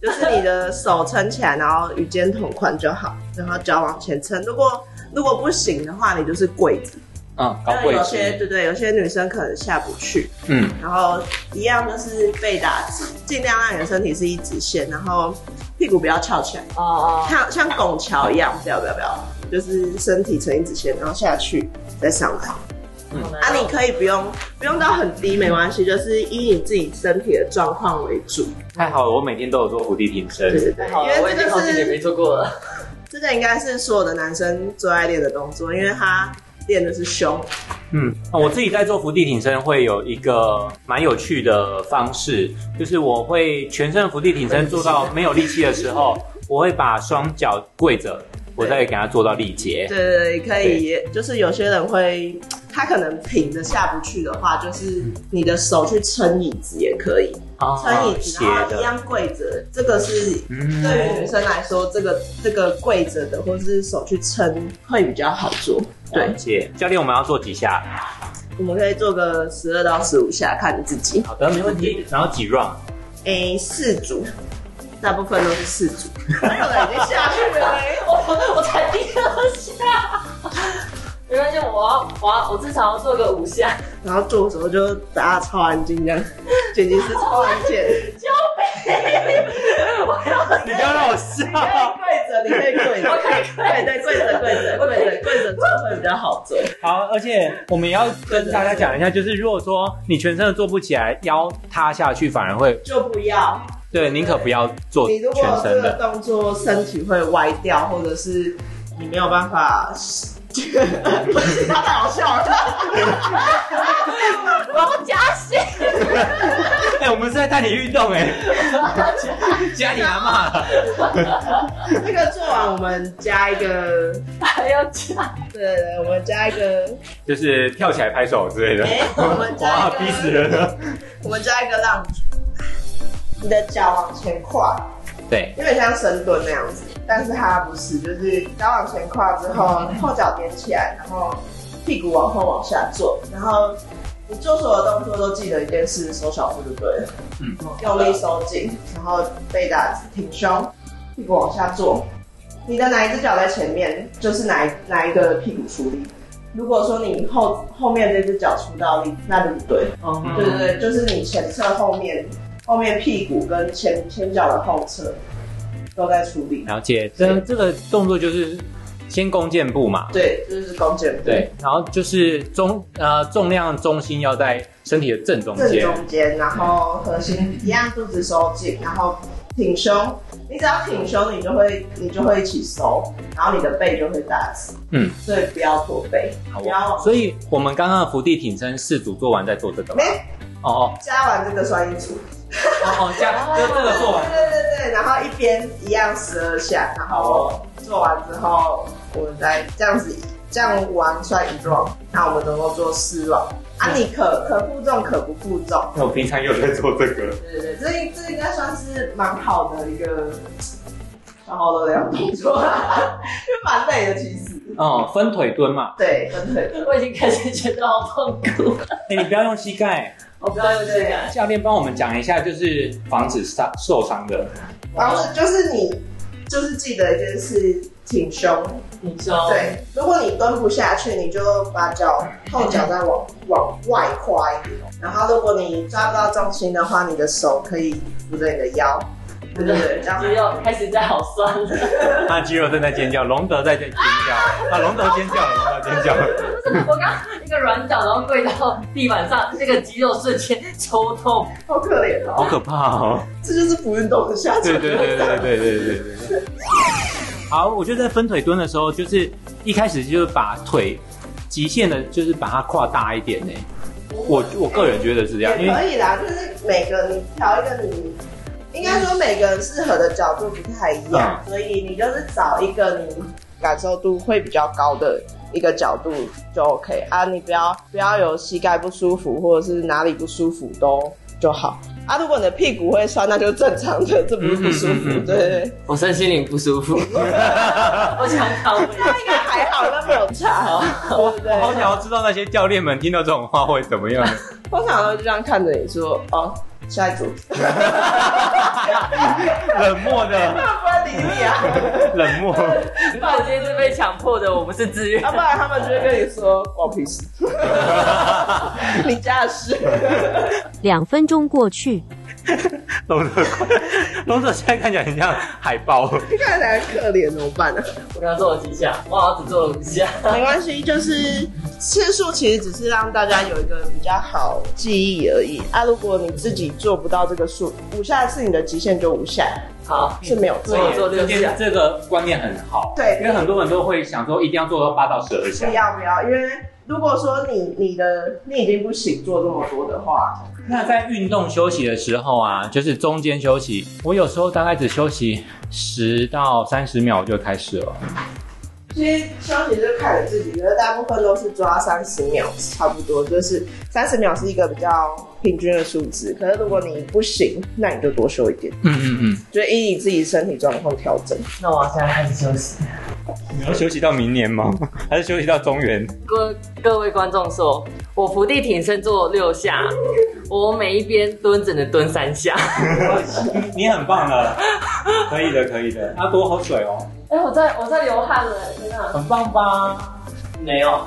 就是你的手撑起来，然后与肩同宽就好，然后脚往前撑。如果如果不行的话，你就是跪着。
嗯，搞
但
跪
有些
姿，
对对，有些女生可能下不去，
嗯，
然后一样就是背打直，尽量让你的身体是一直线，然后屁股不要翘起来，
哦哦，
像像拱桥一样，不要不要不要，就是身体成一直线，然后下去再上来。
嗯
啊，你可以不用不用到很低，没关系，就是依你自己身体的状况为主。
太好了，我每天都有做伏地挺身
对。对对，
好了，啊
因
我
为
已
这
经
个
好几年没
是
做过了。
这个应该是所有的男生最爱练的动作，因为他练的是胸。
嗯，哦我自己在做伏地挺身会有一个蛮有趣的方式，就是我会全身伏地挺身做到没有力气的时 候，我会把双脚跪着，我再给它做到力竭。
对对对，可以，就是有些人会，他可能平着下不去的话，就是你的手去撑椅子也可以，
啊
撑椅子
斜
然后一
的，
样跪着，这个是。
嗯
对于女生来说，这个这个跪着的或是手去撑会比较好做。对
了，解。教练，我们要做几下？
我们可以做个十二到十五下，看你自己。
好的，没问题。然后几 round？
诶，四组，大部分都是四组。 我已经下去了、
我我才第二下。没关系，我要我要我至少要做个 五下。
然后做的时候就大家超安静这样，剪辑师超安静。
救命！我要
你不要让我
你可以
笑。
跪着，你可以跪着，对对，跪着跪着跪着跪着做会比较好做。
好，而且我们也要跟大家讲一下，就是如果说你全身做不起来，腰塌下去反而会
就不要
对，宁可不要做
你如果
全
这个
身的。
动作身体会歪掉，或者是你没有办法。 他太好笑了，
我加薪。
哎、我们是在带你运动哎、 加你阿妈了。
这个做完我们加一个，
还要加，
对对对，我们加一个
就是跳起来拍手之类的。
哎我们加一个
哇，逼死人了。
我们加一个浪举，你的脚往前跨，
对，
有点像深蹲那样子，但是它不是，就是脚往前跨之后，后脚踮起来，然后屁股往后往下坐，然后你做所有动作都记得一件事，收小腹就对了，
嗯，
用力收紧，然后背打直，挺胸，屁股往下坐。你的哪一只脚在前面，就是哪一哪一个屁股出力。如果说你后后面这只脚出到力，那就不对。
哦
对对对，就是你前侧后面、后面屁股跟前前脚的后侧都在处理。
了解。这这个动作就是先弓箭步嘛。
对，就是弓箭步，
对，然后就是中呃重量中心要在身体的正中
正
间。
中间，然后核心一样，肚子收紧，然后挺胸。你只要挺胸，你就会你就会一起收，然后你的背就会打直。
嗯，
所以不要驼背，
好
不要
哦，所以我们刚刚的伏地挺身四组做完再做这个吗。
没
哦哦
加完这个算一组。
哦哦，这样这这个做完。
对对对，然后一边一样十二下，然
哦
后做完之后，我们再这样子这样玩算一 round，那我们总共做四 round。啊，你可可负重可不负重，
那我平常有在做这个，
对对对，这这应该算是蛮好的一个呃消耗热量动作， 就蛮累的其实。
哦，分腿蹲嘛。
对，真的。
我已经开始觉得好痛苦。
哎，你不要用膝盖。
我不要用这个。
教练帮我们讲一下，就是防止伤受伤的。
然后就是你，就是记得一件事，
挺胸。
你说，
对，如果你蹲不下去，你就把脚后脚再往往外跨一点。然后，如果你抓不到重心的话，你的手可以扶着你的腰，对对对，这样
肌肉开始在好酸了，
那肌肉正在尖叫，龙德在尖叫，啊，龙德尖叫了，龙德尖叫了，
就是我刚刚一个软脚，然后跪到地板上，那个肌肉瞬间抽痛，
好可怜
好
哦。
可怕哦！
这就是不运动的下场。
对对对对对对对对。好，我就在分腿蹲的时候，就是一开始就是把腿极限的，就是把它跨大一点呢、我我个人觉得是这样，因
也
为
可以啦，就是每个你调一个你，应该说每个人适合的角度不太一样，
嗯
所以你就是找一个你
感受度会比较高的一个角度就 OK 啊，你不要不要有膝盖不舒服或者是哪里不舒服都就好啊。如果你的屁股会酸，那就正常的，这不是不舒服，
嗯嗯嗯嗯
对对对，
我身心灵不舒服，我想考
那应该还好，那没有 差，对不
我好
对？
想要知道那些教练们听到这种话会怎 么样。
通常都是这样看着你说哦，下一 组，
冷漠的，
他们不会理你啊，
冷漠。
那我今天是被强迫的，我不是自愿
啊
要、。不然他们就会跟你说关我屁 事，你家的事。
两分钟过去，
龙德，龙德现在看起来很像海豹。
看起来很可怜，怎么 办呢、啊
我刚刚做了几下，我好像只做了五下。
没关系，就是次数其实只是让大家有一个比较好记忆而已。啊，如果你自己做不到这个数，五下是你的极限就五下，
好，
是没有错
所以。我做六下。
这个观念很好，
对
因为很多人都会想说一定要做到八到十二下
不，要不要，因为如果说你你的你已经不行做这么多的话，
那在运动休息的时候啊，就是中间休息，我有时候大概只休息十到三十秒就开始了。
其实
休息就看你自己，觉得大部分都是抓三十秒，差不多就是三十秒是一个比较平均的数值。可是如果你不行，那你就多休一点，
嗯嗯嗯，
就依你自己身体状况调整。
那我现在开始休息。
你要休息到明年吗？ 还是休息到中原？
各各位观众说，我伏地挺身做六下，我每一边蹲只能蹲三下。
你很棒了，可以的，可以的。要多喝水哦，
哎、我在我在流汗了，天哪！
很棒吧？
没有，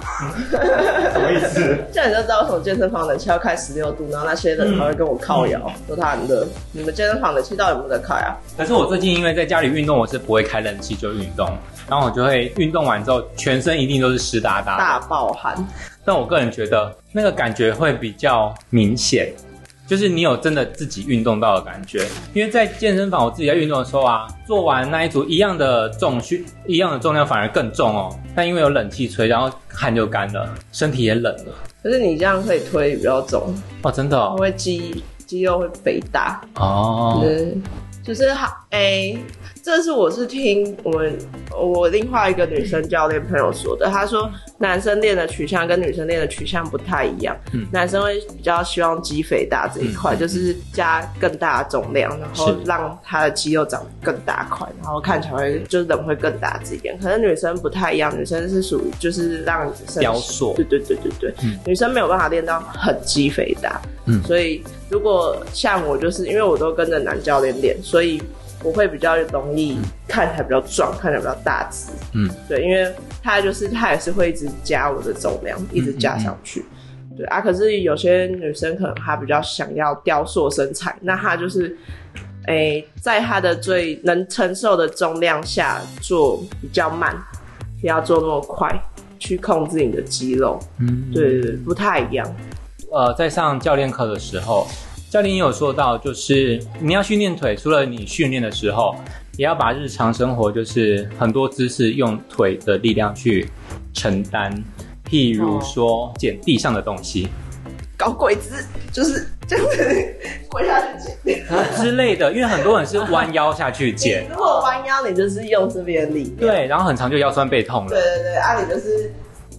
什么意思？
这样你就知道为什么健身房冷气要开十六度，然后那些人还会跟我靠摇，说他很热。你们健身房冷气到底有没有在开啊？
可是我最近因为在家里运动，我是不会开冷气就运动，然后我就会运动完之后，全身一定都是湿哒哒的。
大爆汗。
但我个人觉得那个感觉会比较明显，就是你有真的自己运动到的感觉。因为在健身房我自己在运动的时候啊，做完那一组一样的重训，一样的重量反而更重哦。但因为有冷气吹，然后汗就干了，身体也冷了。
可是你这样可以推比较重，
哦，真的
它
哦，
会肌肌肉会肥大，
哦，
嗯，就是好哎、这是我是听我们我另外一个女生教练朋友说的，她说男生练的取向跟女生练的取向不太一样，
嗯
男生会比较希望肌肥大这一块，
嗯
就是加更大的重量，然后
是
让他的肌肉长更大块，然后看起来会就是人会更大只一点。可是女生不太一样，女生是属于就是让女生
雕塑
对对对对对，
嗯
女生没有办法练到很肌肥大，
嗯
啊所以如果像我，就是因为我都跟着男教练练，所以我会比较容易看起来比较壮，看起来比较大只，
嗯，
对，因为他就是他也是会一直加我的重量，一直加上去。对啊，可是有些女生可能她比较想要雕塑身材，那她就是，诶、在她的最能承受的重量下做比较慢，不要做那么快，去控制你的肌肉。
嗯，
对对对，不太一样。
呃，在上教练课的时候，教练也有说到，就是你要训练腿，除了你训练的时候，也要把日常生活就是很多姿势用腿的力量去承担，譬如说捡地上的东西
搞鬼子就是 这样子跪下去捡。
之类的，因为很多人是弯腰下 去捡，
如果弯腰，你就是用这边力。
对，然后很长就腰酸背痛
对
了，
对对，啊，你就是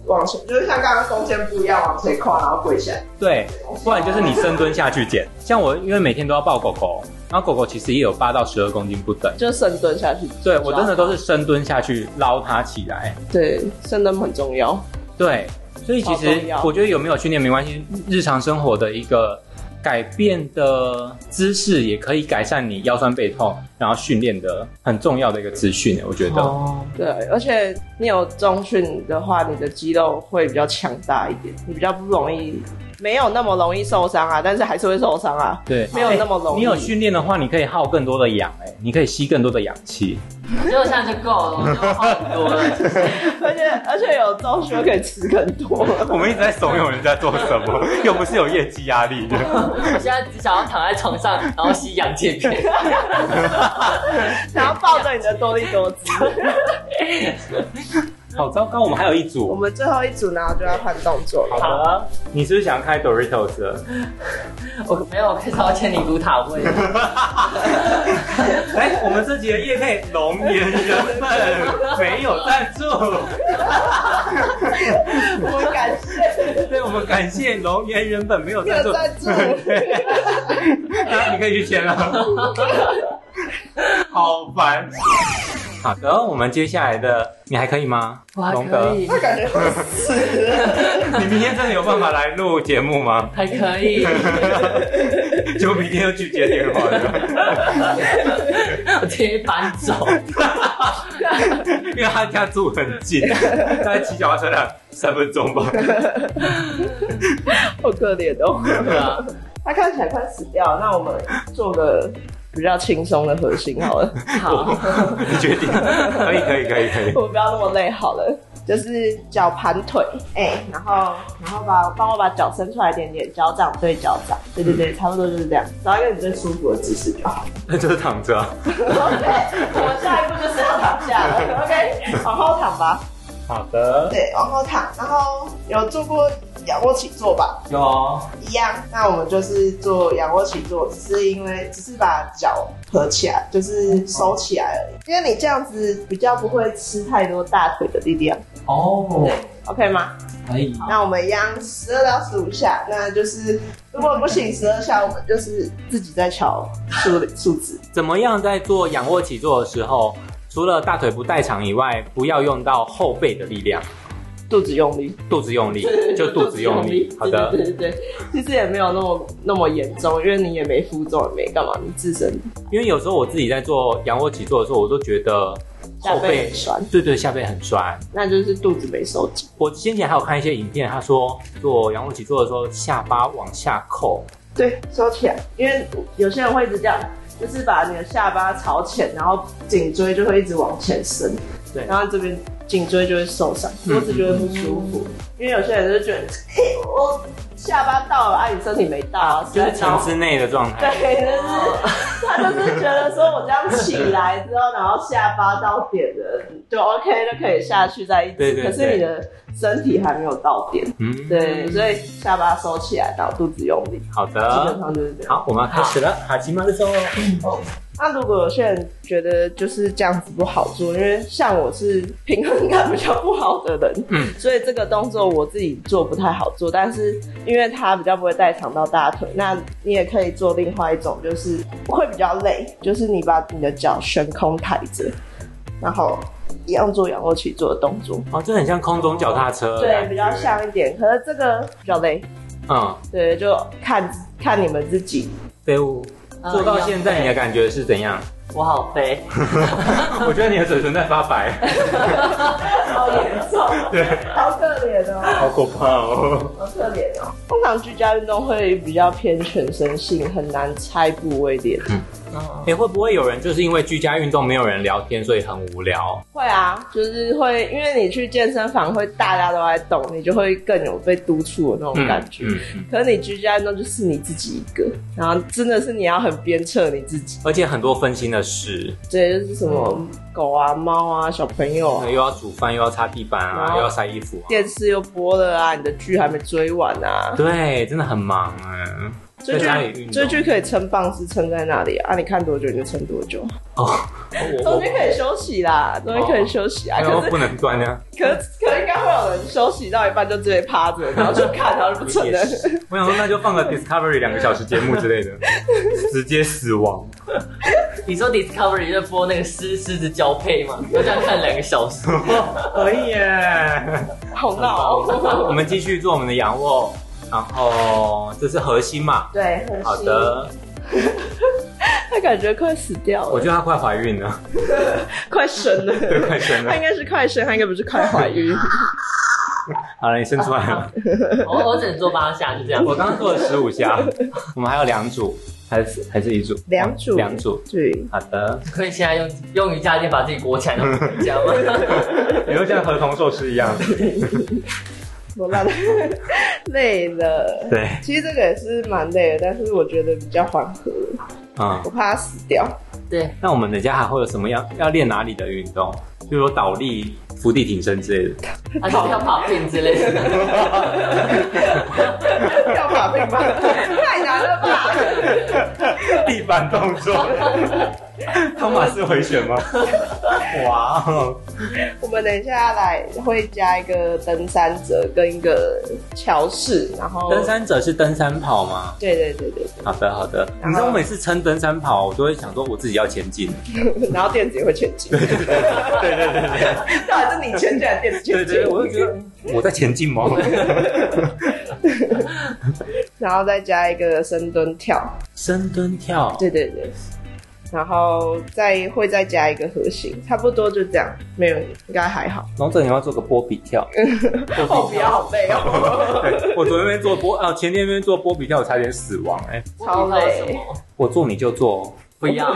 往前，就是像刚刚弓箭步一样往前跨，然后跪下。
对，不然就是你深蹲下去捡。像我，因为每天都要抱狗狗，然后狗狗其实也有八到十二公斤不等，
就深蹲下去，
对我真的都是深蹲下去捞它起来。
对深蹲很重要。
对，所以其
好
实
重要
我觉得有没有训练没关系，日常生活的一个改变的姿势也可以改善你腰酸背痛，然后训练的很重要的一个资讯，我觉得。
哦，
对，而且你有中训的话，你的肌肉会比较强大一点，你比较不容易，没有那么容易受伤啊，但是还是会受伤啊。
对，哎
没有那么容易
你有训练的话，你可以耗更多的氧、哎，你可以吸更多的氧气。
我觉得我现在就够了，我觉得我好很多了。
而且而且有中训可以吃更多。
我们一直在怂恿人家做什么，又不是有业绩压 力的。
我现在只想要躺在床上，然后吸氧气片。
然后抱着你的多利多姿。
好糟糕，我们还有一
我
组。
们最后一组，然后就要换动作了。
好了，你是不是想开 Doritos 了？
我没有，我开始要签尼古塔位了。
哎、我们这集的业配龙岩人们 没有赞助，
我们感谢
对我们感谢龙岩人本没有赞助。
赞 助。
啊，你可以去签了。
好烦，
好的，我们接下来的你还可以吗？
我还
龙哥
可，以，
他感觉很死。
你明天真的有办法来录节目吗？
还可以。
结果明天又拒接电话 了，
我直接搬走。
因为他家住很近，大概骑脚踏车两三分钟吧。
好可怜哦。
对啊，
他看起来快死掉了，那我们做个比较轻松的核心好了，
好，
你决定？可以，可以，可以，可以。
我们不要那么累好了。就是脚盘腿，哎、然后然后把帮我把脚伸出来一点点，脚掌对脚掌，对对对，差不多就是这样，找一个你最舒服的姿势就 好。
那就是躺着啊。
OK，我们下一步就是要躺下 了，OK，往后躺吧。
好的，
对，往后躺，然后
有做过仰卧起坐吧？
有哦。
一样，那我们就是做仰卧起坐，只是因为只是把脚合起来，就是收起来而已。
因为你这样子比较不会吃太多大腿的力量
哦，
，OK 吗？
可以。
那我们一样十二到十五下，那就是如果不行十二下，我们就是
自己在瞧数数字，
怎么样在做仰卧起坐的时候，除了大腿不代偿以外，不要用到后背的力量，
肚子用力，
肚子用力，就肚子用力。好的，
对对对，其实也没有那么那么严重，因为你也没负重，也没干嘛，你自身
因为有时候我自己在做仰卧起坐的时候，我都觉得
下
后
背
背
很，酸，
对对，下背很酸。
那就是肚子没收紧。
我先前还有看一些影片，他说做仰卧起坐的时候，下巴往下扣，
对，收起来，因为有些人会一直这样，就是把你的下巴朝前，然后颈椎就会一直往前伸，
对
然后这边颈椎就会受伤，脖子就会不舒服。因为有些人就觉得，嘿，我下巴到了，啊，你身体没到啊，
就
所
是
以
情
然后
之内的状态。
对，就是他就是觉得说我这样起来之后，然后下巴到点的就 OK 就可以下去再一直，
对对对
可是你的身体还没有到点，
嗯，
对，所以下巴收起来，然后肚子用力，
好
基本
的。
上就是这样。
好，我们要开始了。好，骑马的时候，
那如果有些人觉得就是这样子不好做，因为像我是平衡感比较不好的人，
嗯
所以这个动作我自己做不太好做，但是因为它比较不会代偿到大腿，那你也可以做另外一种，就是会比较累，就是你把你的脚悬空抬着，然后一样做仰卧起坐的动作，
哦，这很像空中脚踏车，
对，比较。像一点，可是这个比较累，
嗯，
对，就看看你们自己。
废物。
嗯
做到现在，你的感觉是怎 样？
我好肥，
我觉得你的嘴唇在发白，
好严重，对，好可怜哦。
好可怕哦！
好特别哦。通常居家运动会比较偏全身性，很难拆部位练。
哎、会不会有人就是因为居家运动没有人聊天，所以很无聊？
会啊，就是会，因为你去健身房会大家都在动，你就会更有被督促的那种感觉。
嗯嗯
可是你居家运动就是你自己一个，然后真的是你要很鞭策你自己，
而且很多分心的事，
这就是什么狗啊、猫啊、小朋友啊
又，要煮饭，又要擦地板
然
啊，
后
又要晒衣服、啊，
电视又播了啊，你的剧还没追完啊，
对，真的很忙哎、
追
在家里
剧
运动
追剧可以撑棒是撑在那里啊，啊你看多久你就撑多久，
哦，我
中
我
间可以休息啦，中间可以休息啊，
哎
可
呦
是
不能断啊！
可可能应该会有人休息到一半就直接趴着，然后就看，然后就不成了
也。是我想说，那就放 个 Discovery 两个小时节目之类的，直接死亡。
你说 Discovery 在播那个狮狮子交配吗？我这样看两个小时，
可以耶！
好闹、哦，
我们继续做我们的仰卧然后这是核心嘛？
对，
好的，
他感觉快死掉
我
了
觉，得她快怀孕了，
快生了，
对，快生
他
了
应。该是快生，他应该不是快怀 孕。
好了，你生出来了。
我我只能做八下，就这样。
我刚刚做了十五下，我们还有两组，还是还是一组？哦
两组
两组。
对，
好的，
可以现在用用瑜伽垫把自己裹起来，然后瑜伽吗？
你就像合同硕士一样。
罗 拉累了。
对，
其实这个也是蛮累的，但是我觉得比较缓和，
嗯，
我怕他死掉。
对，
那我们等一下还会有什么要要练哪里的运动？比如说倒立、伏地挺身之类的。
还是跳跑片之类的。
要把被骂， 太难了吧？
地板动 作，
汤马斯回旋吗？ 哇哦，
我们等一下来会加一个登山者跟一个桥式，然后
登，山者是登山跑吗？
对对对对
好的，好的。你知道我每次称登山跑，我都会想说我自己要前进。
对， 然后电子也会前进，对对对对，到底是你前进还是电子前进？
我就觉得嗯 我在前进吗？
然后再加一个深蹲跳，
深蹲跳，
对对对。然后再会再加一个核心，差不多就这样，没有应该还好。
龙整你要做个波比跳。
哦，不要好累哦，
对 我昨天那边做波啊，前天那边做波比跳，我差点死亡哎、
超累
我不知道什么
我做你就做，
不一样。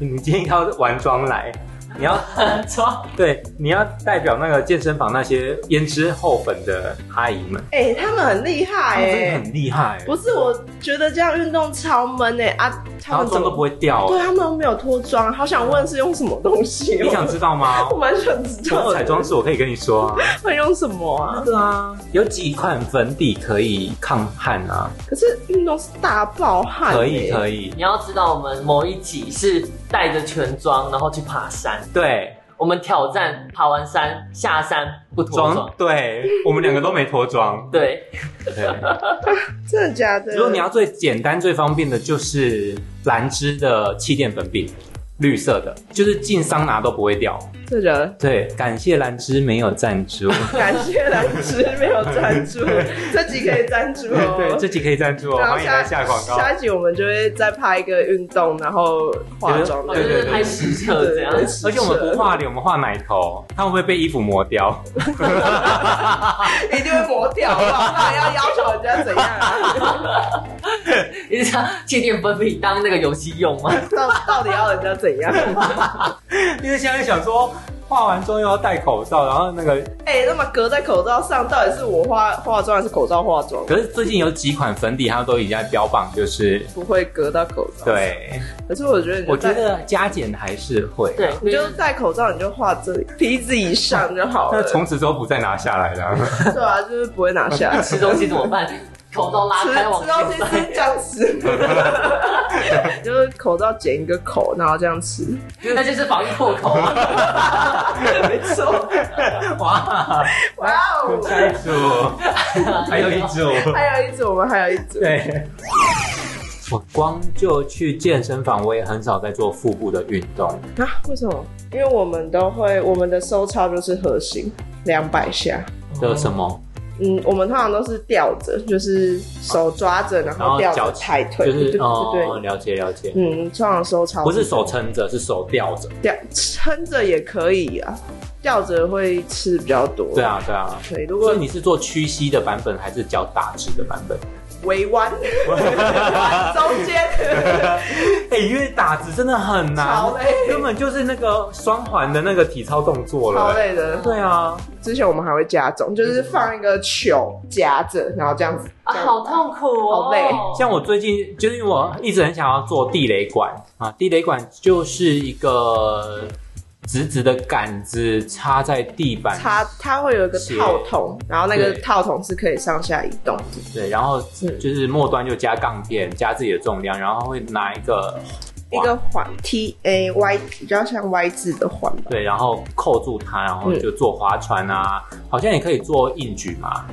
你今天要玩妆来，你要
错，
对，你要代表那个健身房那些胭脂厚粉的阿姨们，
哎、他们很厉害
她们真
哎、
的很厉害、欸，
不是，我觉得这样运动超闷哎、啊！他
然后
们怎
妆都
么
不会掉、
对
欸。
他们都没有脱妆，好想问是用什么东西、哦
你想知道吗
？我蛮想知道
我
的
彩妆师，我可以跟你说啊，
会用什么啊？
对啊，有几款粉底可以抗汗啊，
可是运动是大爆汗、
可以可
以。
以，
你要知道，我们某一集是带着全妆，然后去爬山。
对，
我们挑战爬完山下山不脱
妆
妆。
对，我们两个都没 脱妆，
对，
对。
真的假的？
如果你要最简单、最方便的，就是兰芝的气垫粉饼，绿色的，就是进桑拿都不会掉。
这人，
对，感谢兰芝没有赞 助。
感谢兰芝没有赞助，这集可以赞助哦。
对， 这集可以赞助哦，
然后
欢迎来下广告。
啊下一集我们就会再拍一个运动，然后化妆
我
的
对
哦就
对
是
对
拍实测这样。
而且我们不画脸，我们画奶头，它会不会被衣服磨掉？
一定会磨掉，好不好？那要要求人家怎样啊？
你知道气垫粉笔当那个游戏用吗？
到到底要人家怎样？
因为现在想说，化完妆又要戴口罩，然后那个……
哎、那么隔在口罩上，到底是我化化妆还是口罩化妆？
可是最近有几款粉底，它都已经在标榜，就是
不会隔到口罩。，
对，
可是我觉得你就
我觉
戴，
得加减还是会。
对，
你
就
就是戴口罩，你就画这里鼻子以上就好
那
了。
从此之后不再拿下来了。
对啊，就是不会拿下来。
吃东西怎么办？口罩拉
吃
开往
吃东
前
西是这样 吃，就是口罩剪一个口，然后这样吃。
那就是防疫破口啊！
没错，
哇，
哇哦！
下一组， 还有一组，
还有一组，我们还有一组。
对。我光就去健身房，我也很少在做腹部的运动。
啊？为什么？因为我们都会，我们的收操就是核心两百下。
的什么？
嗯，我们通常都是吊着，就是手抓着，然
然后
后吊
脚
着抬腿，
就是
对对
哦
对，对。
了解了解，
嗯，通常收操
不是手撑着，是手吊着。
吊撑着也可以啊，吊着会吃比较多。
对，啊对啊。
对，如
所
果
以你是做屈膝的版本，还是脚打直的版本？
围弯 中间
哎，因为打直真的很
超累，
根本就是那个双环的那个体操动作
好
了。
累的。
对啊，
之前我们还会加重，就是放一个球夹着，然后这样子。
啊， 好痛苦哦，
好累
像我最近就是因为我一直很想要做地雷管啊，地雷管就是一个直直的杆子插在地板，
它它会有一个
斜
套筒，然后那个
对
套筒是可以上下移动的。
对，然后
嗯
就是末端就加杠片，加自己的重量，然后会拿一个
一个环 T A Y 比较像 Y 字的环吧。
对，然后扣住它，然后就做划船啊，好像也可以做硬举嘛，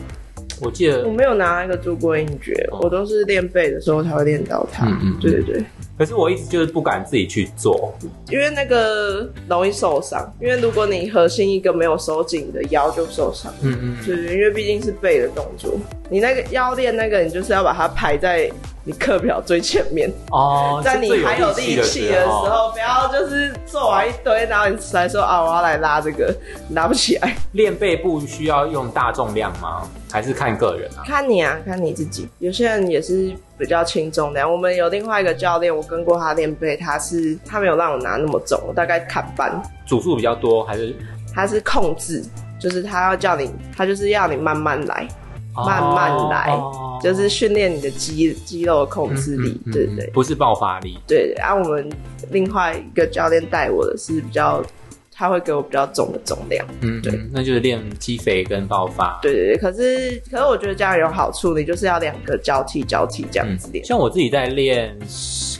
我记得
嗯我没有拿那个做过硬举，
哦
我都是练背的时候才会练到它。
嗯嗯嗯
对对对，
可是我一直就是不敢自己去做，
因为那个容易受伤。因为如果你核心一个没有收紧，你的腰就受伤。
嗯嗯，
就是因为毕竟是背的动作，你那个腰练那个，你就是要把它排在你课表最前面，
哦，
在你
是最
还有
力
力气的时，候，不要就是做完一堆，然后你才说啊，我要来拉这个，拿不起来。
练背部需要用大重量吗？还是看个人啊？
看你啊，看你自己。有些人也是比较轻重的。我们有另外一个教练，我跟过他练背，他是他没有让我拿那么重，我大概砍半。
组数比较多还是
他是控制，就是他要叫你，他就是要你慢慢来，慢慢来
哦
就是训练你的肌肌肉的控制力，
嗯嗯嗯
对
嗯
不对？
不是爆发力。
对，然、后我们另外一个教练带我的是比较，他会给我比较重的重量，
嗯，
对
嗯，那就是练肌肥跟爆发。
对对对。可是可是我觉得这样有好处，你就是要两个交替交替这样子练、
像我自己在练，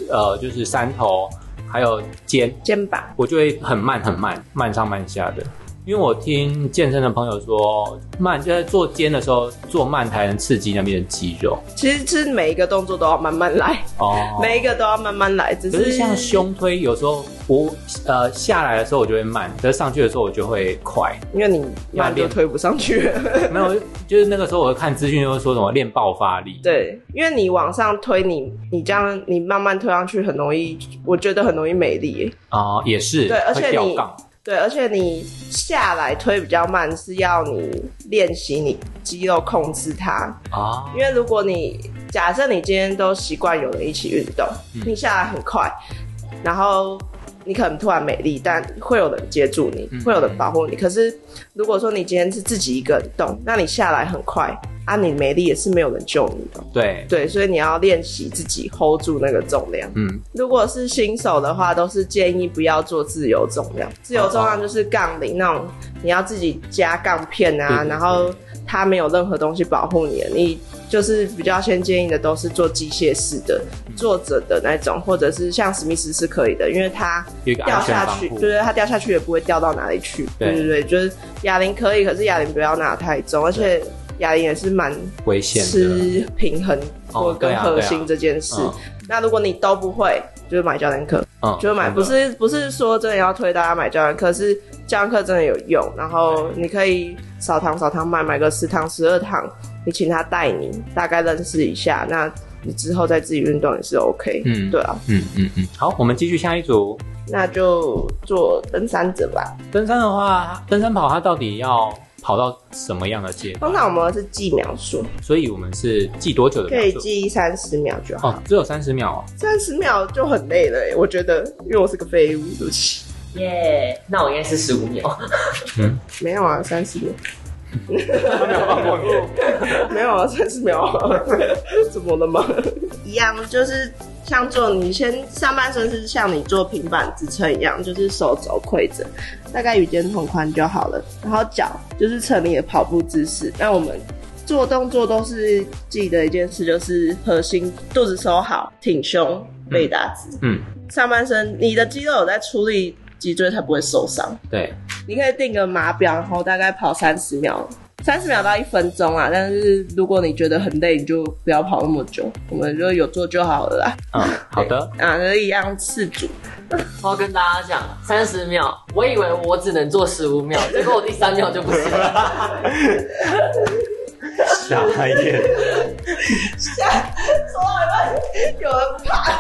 呃，就是三头还有肩，
肩膀，
我就会很慢很慢，慢上慢下的。因为我听健身的朋友说，慢就在做肩的时候做慢才能刺激那边的肌肉
其实是每一个动作都要慢慢来，
哦。
每一个都要慢慢来，只
可是像胸推，有时候我呃下来的时候我就会慢，可是上去的时候我就会快。
因为你慢就
练
推不上去了。
没有，就是那个时候我看资讯就会说什么练爆发 力，，
对，因为你往上推你，你这样你慢慢推上去，很容易，我觉得很容易没力耶。
哦、也是，
对而且
会掉
你
杠，
对，而且你下来推比较慢，是要你练习你肌肉控制它。
啊，
因为如果你假设你今天都习惯有人一起运动，
嗯
你下来很快，然后你可能突然没力，但会有人接住你
嗯，
会有人保护你。可是如果说你今天是自己一个人动，那你下来很快啊，你没力也是没有人救你的。
对，
对，所以你要练习自己 hold 住那个重量。
嗯，
如果是新手的话，都是建议不要做自由重量。自由重量就是杠铃那种，你要自己加杠片
对
啊
对，对
然后它没有任何东西保护你的。你就是比较先建议的都是做机械式的、
嗯
坐着的那种，或者是像史密斯是可以的，因为它
有一个
掉
安全
下
防
去，
护，
对，它掉下去也不会掉到哪里去。
对
对对对，就是哑铃可以，可是哑铃不要拿太重，而且哑铃也是蛮
危险的，
吃平衡或
哦对
跟
啊
核
对啊
心这件事。
嗯
那如果你都不会，就是买教练课，
嗯
就是买，不是不是说真的要推大家买教练课，是教练课真的有用。然后你可以少堂少堂买，买个十堂十二堂，你请他带你，大概认识一下，那你之后再自己运动也是 OK。
嗯
对啊，
嗯嗯嗯，好，我们继续下一组。
那就做登山者吧。
登山的话，登山跑它到底要跑到什么样的阶段？
通常我们是记秒数，
所以我们是记多久的
可以
秒数？
记三十秒就好。
哦，只有三十秒哦。
三十、秒就很累了、欸，我觉得，因为我是个废物，对不起。
耶，那我应该是十五秒。
没有啊，三十秒。
没有放过你。
没有啊，三十秒 啊，怎么了吗？一样，就是像做你先上半身是像你做平板支撑一样，就是手肘跪着，大概与肩同宽就好了。然后脚就是成你的跑步姿势。那我们做动作都是记得一件事，就是核心肚子收好，挺胸，背打直。
嗯，
上半身你的肌肉有在出力，脊椎才不会受伤。
对，
你可以定个码表，然后大概跑三十秒，三十秒到一分钟啊。但是如果你觉得很累，你就不要跑那么久，我们就有做就好了啦。
嗯，好的，
啊，那一样次组，
我要跟大家讲，三十秒，我以为我只能做十五秒，结果我第三秒就不行了。
傻 眼，
说到一半有人怕，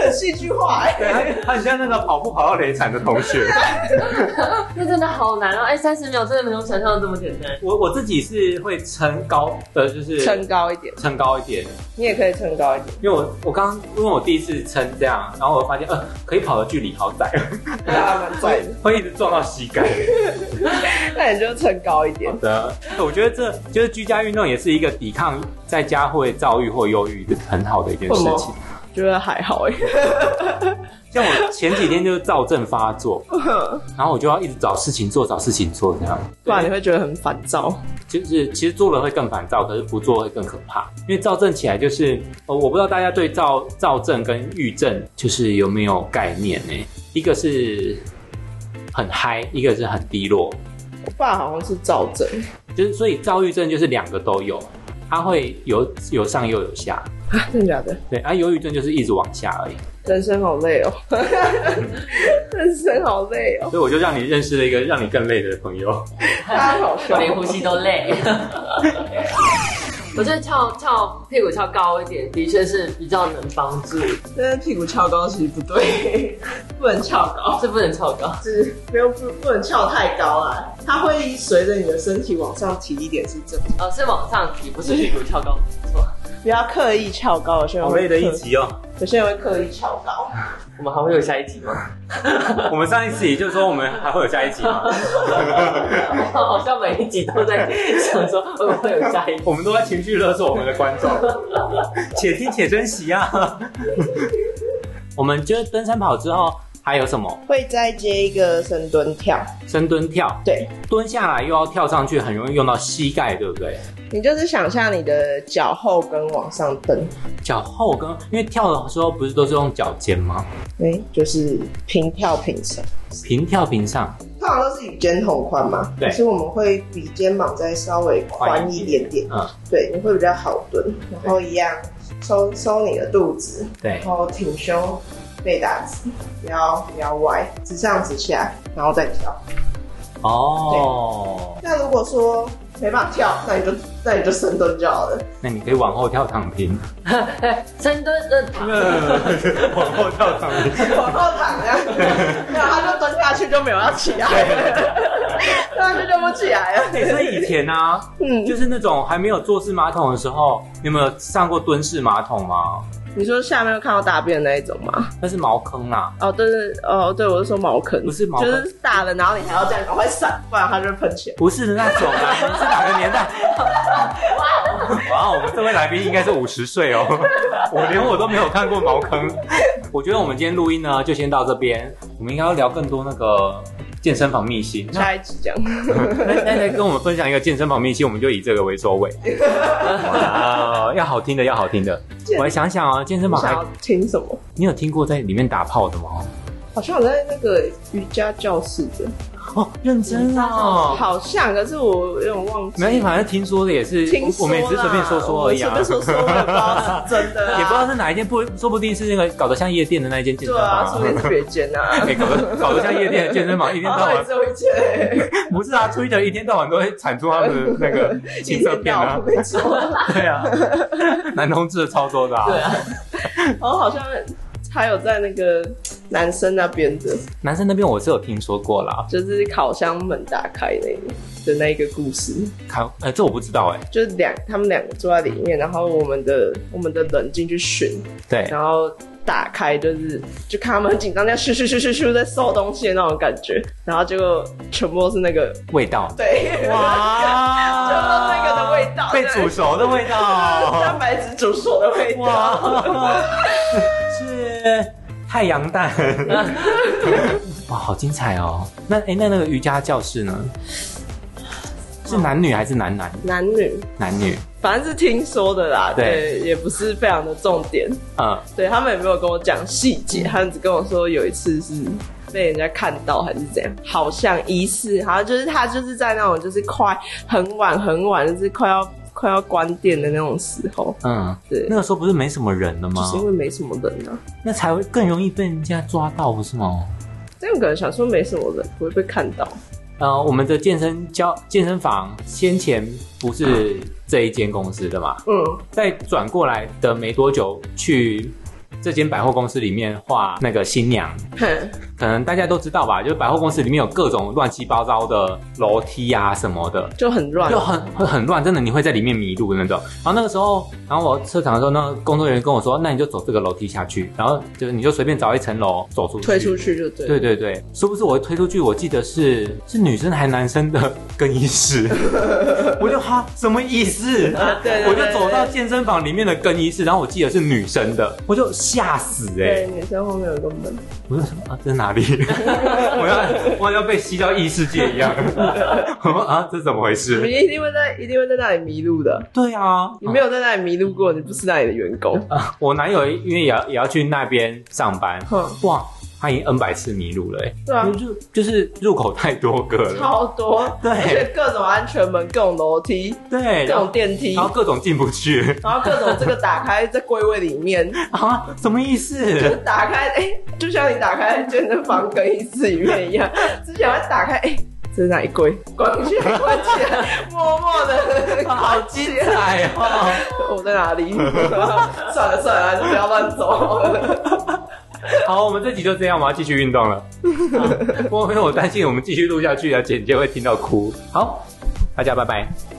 很戏剧化、欸。
对，他很像那个跑步跑到累惨的同 学。
那真的好难哦！哎，三十秒真的没有想象的这么简单。
我我自己是会撑高，呃，就是
撑高一点，
撑高一点，
你也可以撑高一点。
因为我我刚因为我第一次撑这样，然后我发现呃可以跑的距离好窄，
啊，蛮帅的。
会一直撞到膝盖。
那你就撑高一点
好。的，我觉得这就是居家运动也是一个抵抗在家会躁郁或忧郁的很好的一件事
为什
情
么。觉得还好哎、
像我前几天就是躁症发 作，然后我就要一直找事情做，找事情做这样。
不然你会觉得很烦躁。
就是其实做了会更烦躁，可是不做会更可怕。因为躁症起来就是，呃，我不知道大家对躁躁症跟郁症就是有没有概念呢、一个是很嗨，一个是很低落，
我爸好像是躁症，
就是所以躁郁症就是两个都有，它会有有上又有下。
啊，真的假的？
对啊，忧郁症就是一直往下而已。
人生好累哦， 人生好累哦，
所以我就让你认识了一个让你更累的朋友。
太好哦笑
我
了
连呼吸都 累。
我觉得翘翘屁股翘高一点，的确是比较能帮助，
但是屁股翘高其实不对， 不能翘高，
是不能超高，
就是不用不不能翘太高啊，它会随着你的身体往上提一点是正常，
呃，是往上提，不是屁股翘高，没错。
不要刻意翘高，有些人
好
会
累的一
刻
集哦。
有些人会刻意翘高，
我们还会有下一集吗？
我们上一集就说我们还会有下一集嘛，
我好像每一集都在想说会不会有下一集。
我们都在情绪勒索我们的观众， 且听且珍惜啊。
我们就是登山跑之后还有什么
会再接一个深蹲跳，
深蹲跳，
对，
蹲下来又要跳上去，很容易用到膝盖，对不对？
你就是想象你的脚后跟往上蹬，
脚后跟，因为跳的时候不是都是用脚尖吗？
哎、就是平跳平伸，
平跳平上，
通常都是与肩同宽嘛，
对
可是我们会比肩膀再稍微宽一点点，
嗯，
对，你会比较好蹲，然后一样收收你的肚子，
嗯对
然，后挺胸，背打直，不要不要歪，直上直下，然后再跳。
哦，
那如果说没办法跳，那你就那你就深蹲就好了。
那你可以往后跳躺平，
深蹲的
往后跳躺平，
往后躺这样，没有他就蹲下去就没有要起来了，蹲下去就不起来了。
欸所以以前啊，
嗯，
就是那种还没有坐式马桶的时候，你有没有上过蹲式马桶吗？
你说下面会看到大便那一种吗？
那是茅坑啊啦、
哦，对对，哦，对，我是说茅坑，
不是茅坑
就是大的，然后你还要这样赶快闪，不然它就会喷起来。
不是那种啦、 你是哪个年代？
哦
哦
哇，我们这位来宾应该是五十岁 哦，我连我都没有看过茅坑。
我觉得我们今天录音呢，就先到这边。我们应该要聊更多那个健身房 秘辛。那
下一集讲，
那那再跟我们分享一个健身房秘辛，我们就以这个为收 尾。哇，要好听的，要好听的。我来想想啊，健身
你
房
想
还
要听什么？
你有听过在里面打炮的吗？
好像我在那个瑜伽教室的，
哦，认真哦。
好像，可是我有点忘记。
没，反正听说的也是
听，
我
说啦
们也只是随便说说而已啊
我。们随便说说， 我也不知道是真的、啊，
也不知道是哪一间，不说不定是那个搞得像夜店的那一间健身
对
房、
啊，说不定是别间 啊。
哎搞得搞得像夜店的健 身房，一天
然后
到晚
也只有一件欸，
不是啊，Twitter 一天到晚都会产出他们的那个情色片啊，
一天到晚没错。
对 啊，男同志的超多的啊，
对啊，
然后好像还有在那个男生那边的，
男生那边我是有听说过啦，
就是烤箱门打开那个的那一个故事，
看，呃，这我不知道哎、
就是两他们两个坐在里面，然后我们的我们的人进去巡，
对，
然后打开就是就看他们很紧张，在咻咻咻咻咻在搜东西的那种感觉，然后结果全部都是那个
味道，
对，
哇
就到那个的味道
被煮熟的味
蛋
道，
白质煮熟的味道，
哇，是太阳蛋，哇，好精彩哦！那哎、那那个瑜伽教室呢？是男女还是男男？
男女
男女，
反正是听说的啦，
对
对，也不是非常的重点。
嗯，
对他们也没有跟我讲细节，他们只跟我说有一次是被人家看到还是怎样，好像疑似，好像就是他就是在那种就是快很晚很晚，就是快要快要关店的那种时候，
嗯，
对
那个时候不是没什么人了吗
就？是因为没什么人啊。
那才会更容易被人家抓到，不是吗？
这样可能想说没什么人，不会被看到。
呃，我们的健身教健身房先前不是这一间公司的嘛，
嗯，
在转过来的没多久，去这间百货公司里面画那个新娘，
哼，
可能大家都知道吧，就是百货公司里面有各种乱七八糟的楼梯啊什么的，
就很乱
就。很会很乱，真的你会在里面迷路的那种。然后那个时候，然后我撤场的时候，那个工作人员跟我说，那你就走这个楼梯下去，然后就是你就随便找一层楼走出去，
推出去就对，
对对对，殊不知我推出去，我记得是是女生还男生的更 衣室，我就哈什么意思？
啊对对对
我就走到健身房里面的更衣室，然后我记得是女生的，我就吓死哎、
对，女生后面有个门，
我就什么啊这是哪里？ 我要我要被吸到异世界一样， 我说啊这怎么回
你
事？
一定会在一定会在那里迷路的。
对啊，
你没有在那里迷路 过，你不是那里的员工。
我男友因为也要也要去那边上班，
哼
哇，他已经 N 百次迷路了、欸，
对啊
因为就就是入口太多个了，
超多，
对
而且各种安全门、各种楼梯、
对，
各
然
种
后
电梯
然，后各种进不去
然后各种这个打开在柜位里面，
啊，什么意
就是
思？
打开，哎、就像你打开健身房更衣室里面 一样，之前要打开，哎、这是哪一柜？关起来，关起 来，默默的，
好精彩哦！
我在哪里？ 算了算了，就不要乱走。
好，我们这集就这样，我要继续运 动了。不过因为我担心我们继续录下去啊，姐姐会听到哭。好，大家拜拜。